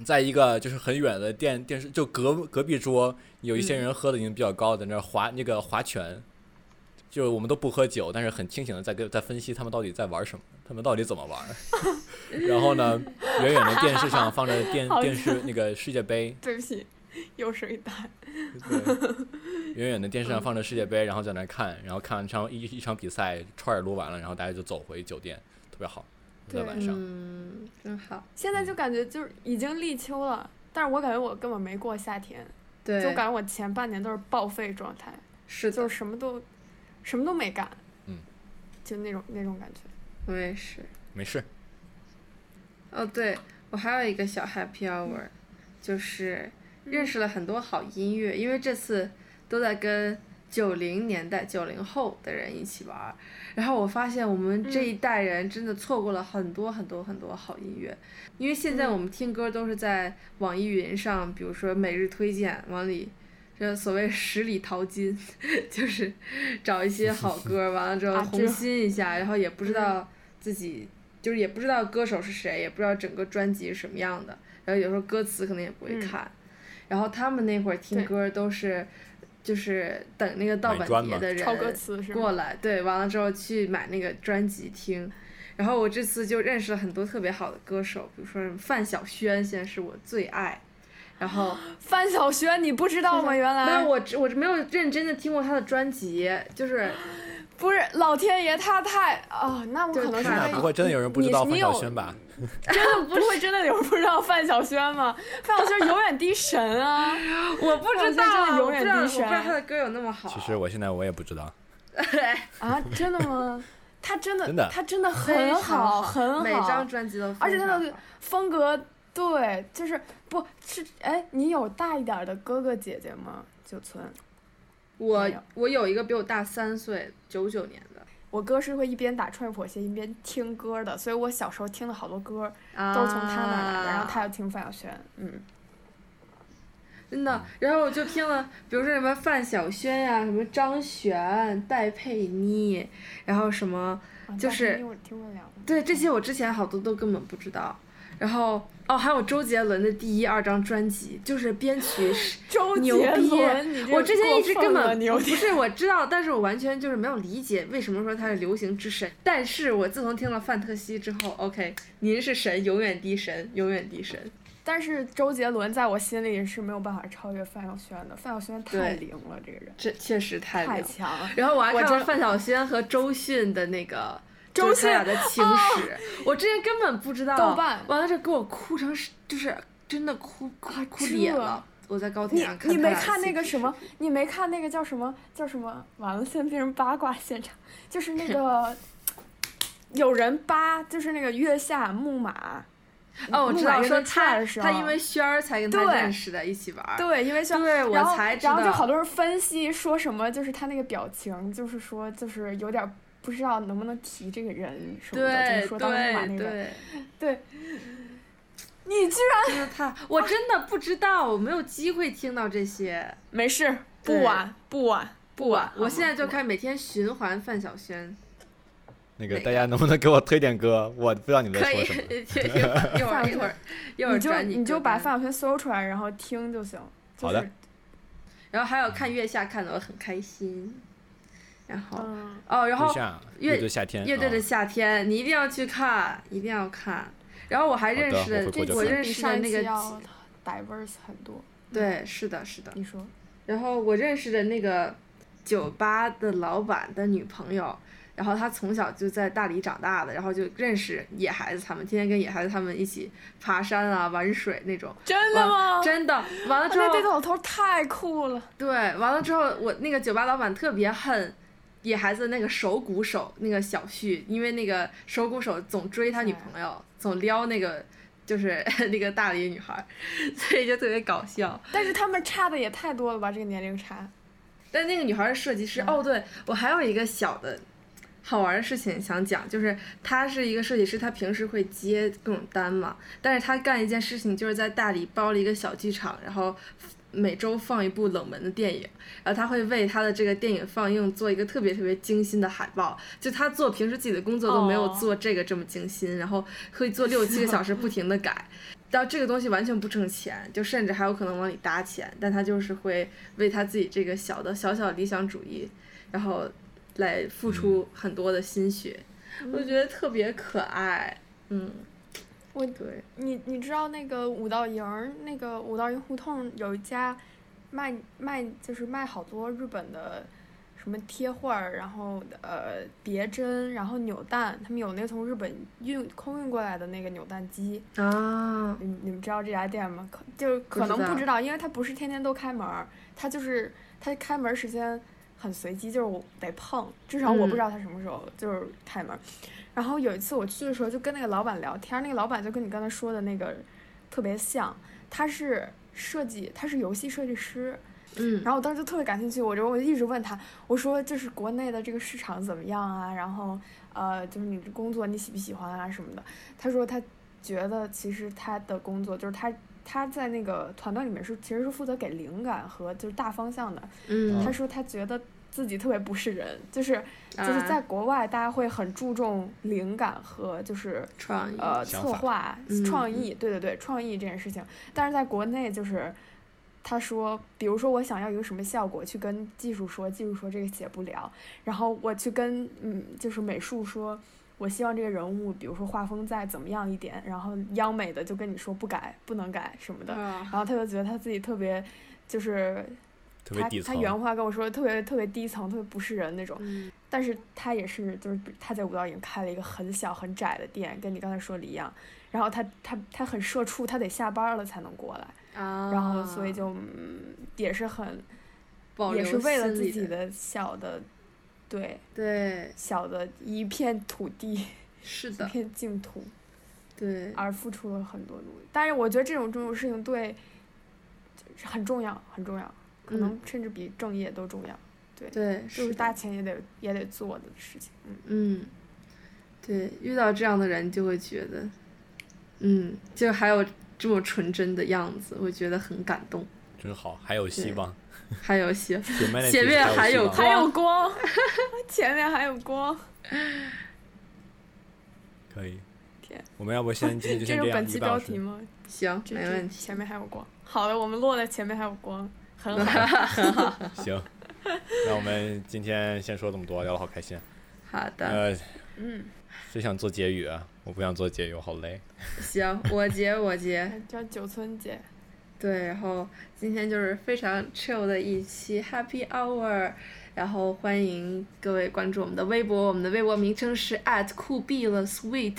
[SPEAKER 2] 在一个就是很远的电电视，
[SPEAKER 3] 嗯
[SPEAKER 2] 就隔隔壁桌有一些人喝的已经比较高，在那儿划那个划拳，就是我们都不喝酒，但是很清醒的在跟在分析他们到底在玩什么，他们到底怎么玩。 然后呢，远远的电视上放着 电电视那个世界杯，
[SPEAKER 4] 对不起，又是一
[SPEAKER 3] 嗯
[SPEAKER 4] 单。
[SPEAKER 2] 对，远远的电视上放着世界杯，然后在那看，然后看完一场一一场比赛，串儿撸完了，然后大家就走回酒店，特别好，在晚上。
[SPEAKER 3] 嗯，真好。
[SPEAKER 4] 现在就感觉就是已经立秋了，但是我感觉我根本没过夏天，就
[SPEAKER 3] 对，
[SPEAKER 4] 感觉我前半年都是报废状态，
[SPEAKER 3] 是的
[SPEAKER 4] 就，是什么都什么都没干，
[SPEAKER 2] 嗯，
[SPEAKER 4] 就那种那种感觉。
[SPEAKER 3] 我也是。
[SPEAKER 2] 没事，
[SPEAKER 3] 哦，对，我还有一个小 happy hour，就是认识了很多好音乐，因为这次都在跟九零年代、九零后的人一起玩儿，然后我发现我们这一代人真的错过了很多很多很多好音乐，因为现在我们听歌都是在网易云上，比如说每日推荐往里。这所谓十里淘金， 就是找一些好歌，完了之后
[SPEAKER 4] 啊
[SPEAKER 3] 红
[SPEAKER 4] 这
[SPEAKER 3] 心一下，然后也不知道自己就是也不知道歌手是谁，也不知道整个专辑是什么样的，然后有时候歌词可能也不会
[SPEAKER 4] 嗯
[SPEAKER 3] 看，然后他们那会儿听
[SPEAKER 4] 对
[SPEAKER 3] 歌都是就是等那个盗
[SPEAKER 2] 买
[SPEAKER 3] 版
[SPEAKER 2] 专
[SPEAKER 3] 碟
[SPEAKER 2] 嘛
[SPEAKER 3] 的人
[SPEAKER 4] 抄歌词是吗？
[SPEAKER 3] 过来，对，完了之后去买那个专辑听。然后我这次就认识了很多特别好的歌手，比如说什么范晓萱，现在是我最爱。然后
[SPEAKER 4] 范晓萱，你不知 道吗？原来
[SPEAKER 3] 没有我只，我没有认真的听过她的专辑，就是
[SPEAKER 4] 不是老天爷，他太啊，那我
[SPEAKER 3] 对
[SPEAKER 4] 可能是
[SPEAKER 3] 他
[SPEAKER 2] 那
[SPEAKER 4] 被
[SPEAKER 2] 不会真的有人不知道
[SPEAKER 4] 你
[SPEAKER 2] 范
[SPEAKER 4] 你
[SPEAKER 2] 晓
[SPEAKER 4] 有
[SPEAKER 2] 萱吧？
[SPEAKER 4] 真的不会真的有人不知道范晓萱吗？范晓�ơn永远第一神啊！
[SPEAKER 3] 我不
[SPEAKER 4] 范晓萱
[SPEAKER 3] 知
[SPEAKER 4] 真
[SPEAKER 3] 道啊，
[SPEAKER 4] 的
[SPEAKER 3] 我
[SPEAKER 4] 永
[SPEAKER 3] 不
[SPEAKER 4] 远
[SPEAKER 3] 知道，我不
[SPEAKER 4] 第一
[SPEAKER 3] 知道她
[SPEAKER 4] 神
[SPEAKER 3] 的歌有那么好。
[SPEAKER 2] 其实我现在我也不知道，
[SPEAKER 4] 啊！真的吗？他真的，
[SPEAKER 2] 真的
[SPEAKER 4] 他真的
[SPEAKER 3] 非
[SPEAKER 4] 很
[SPEAKER 3] 常
[SPEAKER 4] 好，
[SPEAKER 3] 每
[SPEAKER 4] 很好
[SPEAKER 3] 张，专辑都非常好，
[SPEAKER 4] 而且他的风格对，就是不是哎，你有大一点的哥哥姐姐吗？九村，
[SPEAKER 3] 我
[SPEAKER 4] 没有
[SPEAKER 3] 我有一个比我大三岁，九九年的，
[SPEAKER 4] 我哥是会一边打穿越火线一边听歌的，所以我小时候听的好多歌都是从他那来的，然后他
[SPEAKER 3] 啊
[SPEAKER 4] 又听范晓萱，嗯，
[SPEAKER 3] 真的，然后我就听了，比如说什么范晓萱呀、什么张悬、戴佩妮，然后什么
[SPEAKER 4] 啊
[SPEAKER 3] 就是
[SPEAKER 4] 因为我听过两个，
[SPEAKER 3] 对这些我之前好多都根本不知道，然后哦还有周杰伦的第一二张专辑，就是编曲是
[SPEAKER 4] 周
[SPEAKER 3] 牛
[SPEAKER 4] 杰
[SPEAKER 3] 逼
[SPEAKER 4] 伦， 你这
[SPEAKER 3] 我之前
[SPEAKER 4] 过
[SPEAKER 3] 一直
[SPEAKER 4] 分
[SPEAKER 3] 根
[SPEAKER 4] 了
[SPEAKER 3] 本
[SPEAKER 4] 牛
[SPEAKER 3] 不
[SPEAKER 4] 逼，
[SPEAKER 3] 是我知道，但是我完全就是没有理解为什么说他是流行之神。但是我自从听了范特西之后，OK，您是神，永远的神，永远的神。
[SPEAKER 4] 但是周杰伦在我心里是没有办法超越范晓萱的，范晓萱太
[SPEAKER 3] 对
[SPEAKER 4] 灵了，这个人
[SPEAKER 3] 这确实太
[SPEAKER 4] 太
[SPEAKER 3] 牛。
[SPEAKER 4] 强了。
[SPEAKER 3] 然后我还
[SPEAKER 4] 我
[SPEAKER 3] 看
[SPEAKER 4] 真
[SPEAKER 3] 了范晓萱和周迅的那个。
[SPEAKER 4] 周
[SPEAKER 3] 就是他
[SPEAKER 4] 迅
[SPEAKER 3] 俩的情史，哦我之前根本不知道。
[SPEAKER 4] 豆瓣
[SPEAKER 3] 完了，这给我哭成是，就是真的哭哭
[SPEAKER 4] 啊
[SPEAKER 3] 哭
[SPEAKER 4] 这
[SPEAKER 3] 脸了。我在高铁
[SPEAKER 4] 你
[SPEAKER 3] 上看
[SPEAKER 4] 你
[SPEAKER 3] 他
[SPEAKER 4] 没
[SPEAKER 3] 俩的
[SPEAKER 4] 看那
[SPEAKER 3] CP
[SPEAKER 4] 个什么？你没看那个叫什么叫什么？完了，现在变成八卦现场，就是那 个有人扒，就是那个月下木马。
[SPEAKER 3] 哦，我
[SPEAKER 4] 木
[SPEAKER 3] 知
[SPEAKER 4] 马
[SPEAKER 3] 道，
[SPEAKER 4] 乐
[SPEAKER 3] 说
[SPEAKER 4] 队差
[SPEAKER 3] 他
[SPEAKER 4] 的时候
[SPEAKER 3] 他因为轩儿才跟他
[SPEAKER 4] 对
[SPEAKER 3] 认识的，一起玩儿。
[SPEAKER 4] 对，因为像
[SPEAKER 3] 对我
[SPEAKER 4] 然后
[SPEAKER 3] 才知
[SPEAKER 4] 然后就
[SPEAKER 3] 道
[SPEAKER 4] 好多人分析说什么，就是他那个表情，就是说就是有点不知道能不能提这个人什么的，就是
[SPEAKER 3] 对
[SPEAKER 4] 说到木马那
[SPEAKER 3] 对
[SPEAKER 4] 个人，
[SPEAKER 3] 对，
[SPEAKER 4] 对。 你居然
[SPEAKER 3] 真的太，我真的不知道，我没有机会听到这些。
[SPEAKER 4] 没事，
[SPEAKER 3] 对
[SPEAKER 4] 不晚不晚，
[SPEAKER 3] 不
[SPEAKER 4] 晚
[SPEAKER 3] 啊，我
[SPEAKER 4] 好
[SPEAKER 3] 现
[SPEAKER 4] 吗
[SPEAKER 3] 在就
[SPEAKER 4] 不
[SPEAKER 3] 开始每天循环范晓萱。
[SPEAKER 2] 那个
[SPEAKER 3] 哪
[SPEAKER 2] 大
[SPEAKER 3] 个
[SPEAKER 2] 家能不能给我推点歌？我不知道你们
[SPEAKER 3] 可
[SPEAKER 2] 在说
[SPEAKER 3] 以，一
[SPEAKER 2] 什 么。
[SPEAKER 3] 会一会儿一会儿一会儿
[SPEAKER 4] 你就
[SPEAKER 3] 转
[SPEAKER 4] 你就
[SPEAKER 3] 歌
[SPEAKER 4] 把
[SPEAKER 3] 单
[SPEAKER 4] 范晓萱搜出来，然后听就行。就
[SPEAKER 2] 好
[SPEAKER 4] 是
[SPEAKER 2] 的
[SPEAKER 3] 然后还有看月下看的我很开心，然后、
[SPEAKER 4] 嗯，
[SPEAKER 3] 哦，然后
[SPEAKER 2] 夏
[SPEAKER 3] 乐
[SPEAKER 2] 乐队夏天
[SPEAKER 3] 乐队的
[SPEAKER 2] 啊
[SPEAKER 3] 夏天、你一定要去看，一定要看。然后我还
[SPEAKER 2] 好
[SPEAKER 3] 认
[SPEAKER 2] 的
[SPEAKER 3] 识
[SPEAKER 2] 我
[SPEAKER 3] 了
[SPEAKER 2] 回国
[SPEAKER 4] 这
[SPEAKER 2] 就
[SPEAKER 3] 我
[SPEAKER 2] 看
[SPEAKER 4] 期
[SPEAKER 3] 认
[SPEAKER 4] 比
[SPEAKER 3] 识的
[SPEAKER 4] 上
[SPEAKER 3] 那
[SPEAKER 4] 一
[SPEAKER 3] 个
[SPEAKER 4] 期
[SPEAKER 3] 几
[SPEAKER 4] 要 diverse 很多。
[SPEAKER 3] 对，是的，是的。
[SPEAKER 4] 你说，
[SPEAKER 3] 然后我认识的那个酒吧的老板的女朋友，然后她从小就在大理长大的，然后就认识野孩子他们，天天跟野孩子他们一起爬山啊、玩水那种。
[SPEAKER 4] 真
[SPEAKER 3] 的
[SPEAKER 4] 吗
[SPEAKER 3] 真的，完了之后
[SPEAKER 4] 那，哦对老头太酷了，
[SPEAKER 3] 对，完了之后，我那个酒吧老板特别恨野孩子那个手鼓手那个小旭，因为那个手鼓手总追他女朋友，总撩那个就是 那个大理女孩儿，所以就特别搞笑。
[SPEAKER 4] 但是他们差的也太多了吧？这个年龄差，
[SPEAKER 3] 但那个女孩儿是设计师。哦，对，我还有一个小的好玩儿的事情想讲，就是她是一个设计师，她平时会接各种单嘛，但是她干一件事情，就是在大理包了一个小剧场，然后。每周放一部冷门的电影，然后她会为她的这个电影放映做一个特别特别精心的海报。就她做平时自己的工作都没有
[SPEAKER 4] 哦
[SPEAKER 3] 做这个这么精心，然后会做六七个小时不停的改。 到这个东西完全不挣钱，就甚至还有可能往里搭钱，但他就是会为他自己这个小的小小理想主义，然后来付
[SPEAKER 4] 嗯
[SPEAKER 3] 出很多的心血，我觉得特别可爱。嗯，
[SPEAKER 4] 我
[SPEAKER 3] 对，
[SPEAKER 4] 你你知道那个五道营儿那个五道营胡同有一家卖卖就是卖好多日本的什么贴画儿，然后呃别针，然后扭蛋，他们有那从日本运空运过来的那个扭蛋机，
[SPEAKER 3] 啊，
[SPEAKER 4] 你们你们知道这家店吗？可就是可能
[SPEAKER 3] 不知道
[SPEAKER 4] 不知道，因为它不是天天都开门儿，它就是它开门儿时间很随机，就是我得碰，至少我不知
[SPEAKER 3] 嗯
[SPEAKER 4] 道它什么时候就是开门儿。然后有一次我去的时候，就跟那个老板聊天儿，那个老板就跟你刚才说的那个特别像，他是设计，他是游戏设计师，
[SPEAKER 3] 嗯，
[SPEAKER 4] 然后我当时就特别感兴趣，我就我就一直问他，我说就是国内的这个市场怎么样啊？然后呃，就是你的工作你喜不喜欢啊什么的。他说他觉得其实他的工作就是他他在那个团队里面是其实是负责给灵感和就是大方向的。
[SPEAKER 3] 嗯，
[SPEAKER 4] 他说他觉得自己特别不是人，就是就是
[SPEAKER 3] 啊
[SPEAKER 4] 在国外大家会很注重灵感和就是
[SPEAKER 3] 创意，
[SPEAKER 4] 呃
[SPEAKER 2] 想
[SPEAKER 4] 策
[SPEAKER 2] 法
[SPEAKER 4] 划、
[SPEAKER 3] 嗯
[SPEAKER 4] 创意，对对对，创意这件事情。但是在国内就是，他说，比如说我想要一个什么效果，去跟技术说，技术说这个写不了，然后我去跟嗯就是美术说。我希望这个人物，比如说画风再怎么样一点，然后央美的就跟你说不改，不能改什么的，
[SPEAKER 2] 嗯
[SPEAKER 3] 啊
[SPEAKER 4] 然后他就觉得他自己特别，就是
[SPEAKER 2] 特别
[SPEAKER 4] 他
[SPEAKER 2] 底
[SPEAKER 4] 他
[SPEAKER 2] 层。
[SPEAKER 4] 原话跟我说特别特别低层，特别不是人那种。
[SPEAKER 3] 嗯
[SPEAKER 4] 但是他也是，就是他在五道营开了一个很小很窄的店，跟你刚才说的一样。然后他他他很社畜，他得下班了才能过来，
[SPEAKER 3] 啊，
[SPEAKER 4] 然后所以就、嗯、也是很
[SPEAKER 3] 保
[SPEAKER 4] 也
[SPEAKER 3] 留
[SPEAKER 4] 是为了
[SPEAKER 3] 心
[SPEAKER 4] 自
[SPEAKER 3] 里
[SPEAKER 4] 己
[SPEAKER 3] 的，
[SPEAKER 4] 的小的，对
[SPEAKER 3] 对，
[SPEAKER 4] 小的一片土地、一
[SPEAKER 3] 是的，
[SPEAKER 4] 片净土
[SPEAKER 3] 对，
[SPEAKER 4] 而付出了很多努力。但是我觉得这种这种事情对就是很重要，很重要，可能甚至比正业都重要，
[SPEAKER 3] 对，
[SPEAKER 4] 就是是
[SPEAKER 3] 嗯的
[SPEAKER 4] 大钱也得也得做的事情。嗯，
[SPEAKER 3] 嗯，对，遇到这样的人就会觉得，嗯，就还有这么纯真的样子，我觉得很感动。
[SPEAKER 2] 真好，还有希望。
[SPEAKER 3] 还有些，
[SPEAKER 2] Humanity
[SPEAKER 3] 前面还有
[SPEAKER 2] 有希望
[SPEAKER 3] 光
[SPEAKER 4] 还有光， 前面还有光。
[SPEAKER 2] 可以
[SPEAKER 4] 天。
[SPEAKER 2] 我们要不先今天就
[SPEAKER 4] 这
[SPEAKER 2] 先
[SPEAKER 4] 是
[SPEAKER 2] 样，
[SPEAKER 4] 本
[SPEAKER 2] 一
[SPEAKER 4] 期
[SPEAKER 2] 个半
[SPEAKER 4] 标
[SPEAKER 2] 小
[SPEAKER 4] 题
[SPEAKER 2] 时。
[SPEAKER 4] 吗？
[SPEAKER 3] 行，
[SPEAKER 4] 这
[SPEAKER 3] 没
[SPEAKER 4] 这
[SPEAKER 3] 问题。
[SPEAKER 4] 前面还有光。好的，我们落在前面还有光，很好。
[SPEAKER 2] 行， 那我们今天先说这么多，聊得好开心。啊
[SPEAKER 3] 好的，
[SPEAKER 2] 呃，
[SPEAKER 4] 嗯，
[SPEAKER 2] 谁想做结语啊？我不想做结语，我好累。
[SPEAKER 3] 行，我结我结。
[SPEAKER 4] 叫九村姐，
[SPEAKER 3] 对，然后今天就是非常 chill 的一期 Happy Hour，然后欢迎各位关注我们的微博，我们的微博名称是 at 酷毙了 sweet，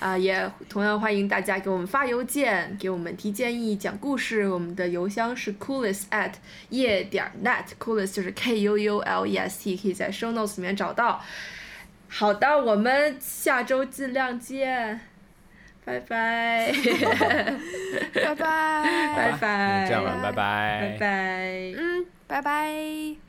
[SPEAKER 3] 啊、也同样欢迎大家给我们发邮件，给我们提建议、讲故事，我们的邮箱是 coolest at 夜点 net，coolest 就是 K U U L E S T，可以在 show notes 里面找到。好的，我们下周尽量见，拜拜，
[SPEAKER 4] 拜拜，
[SPEAKER 3] 拜
[SPEAKER 2] 嗯好吧那这样吧， 拜拜
[SPEAKER 3] 拜拜拜。
[SPEAKER 4] 嗯，拜拜。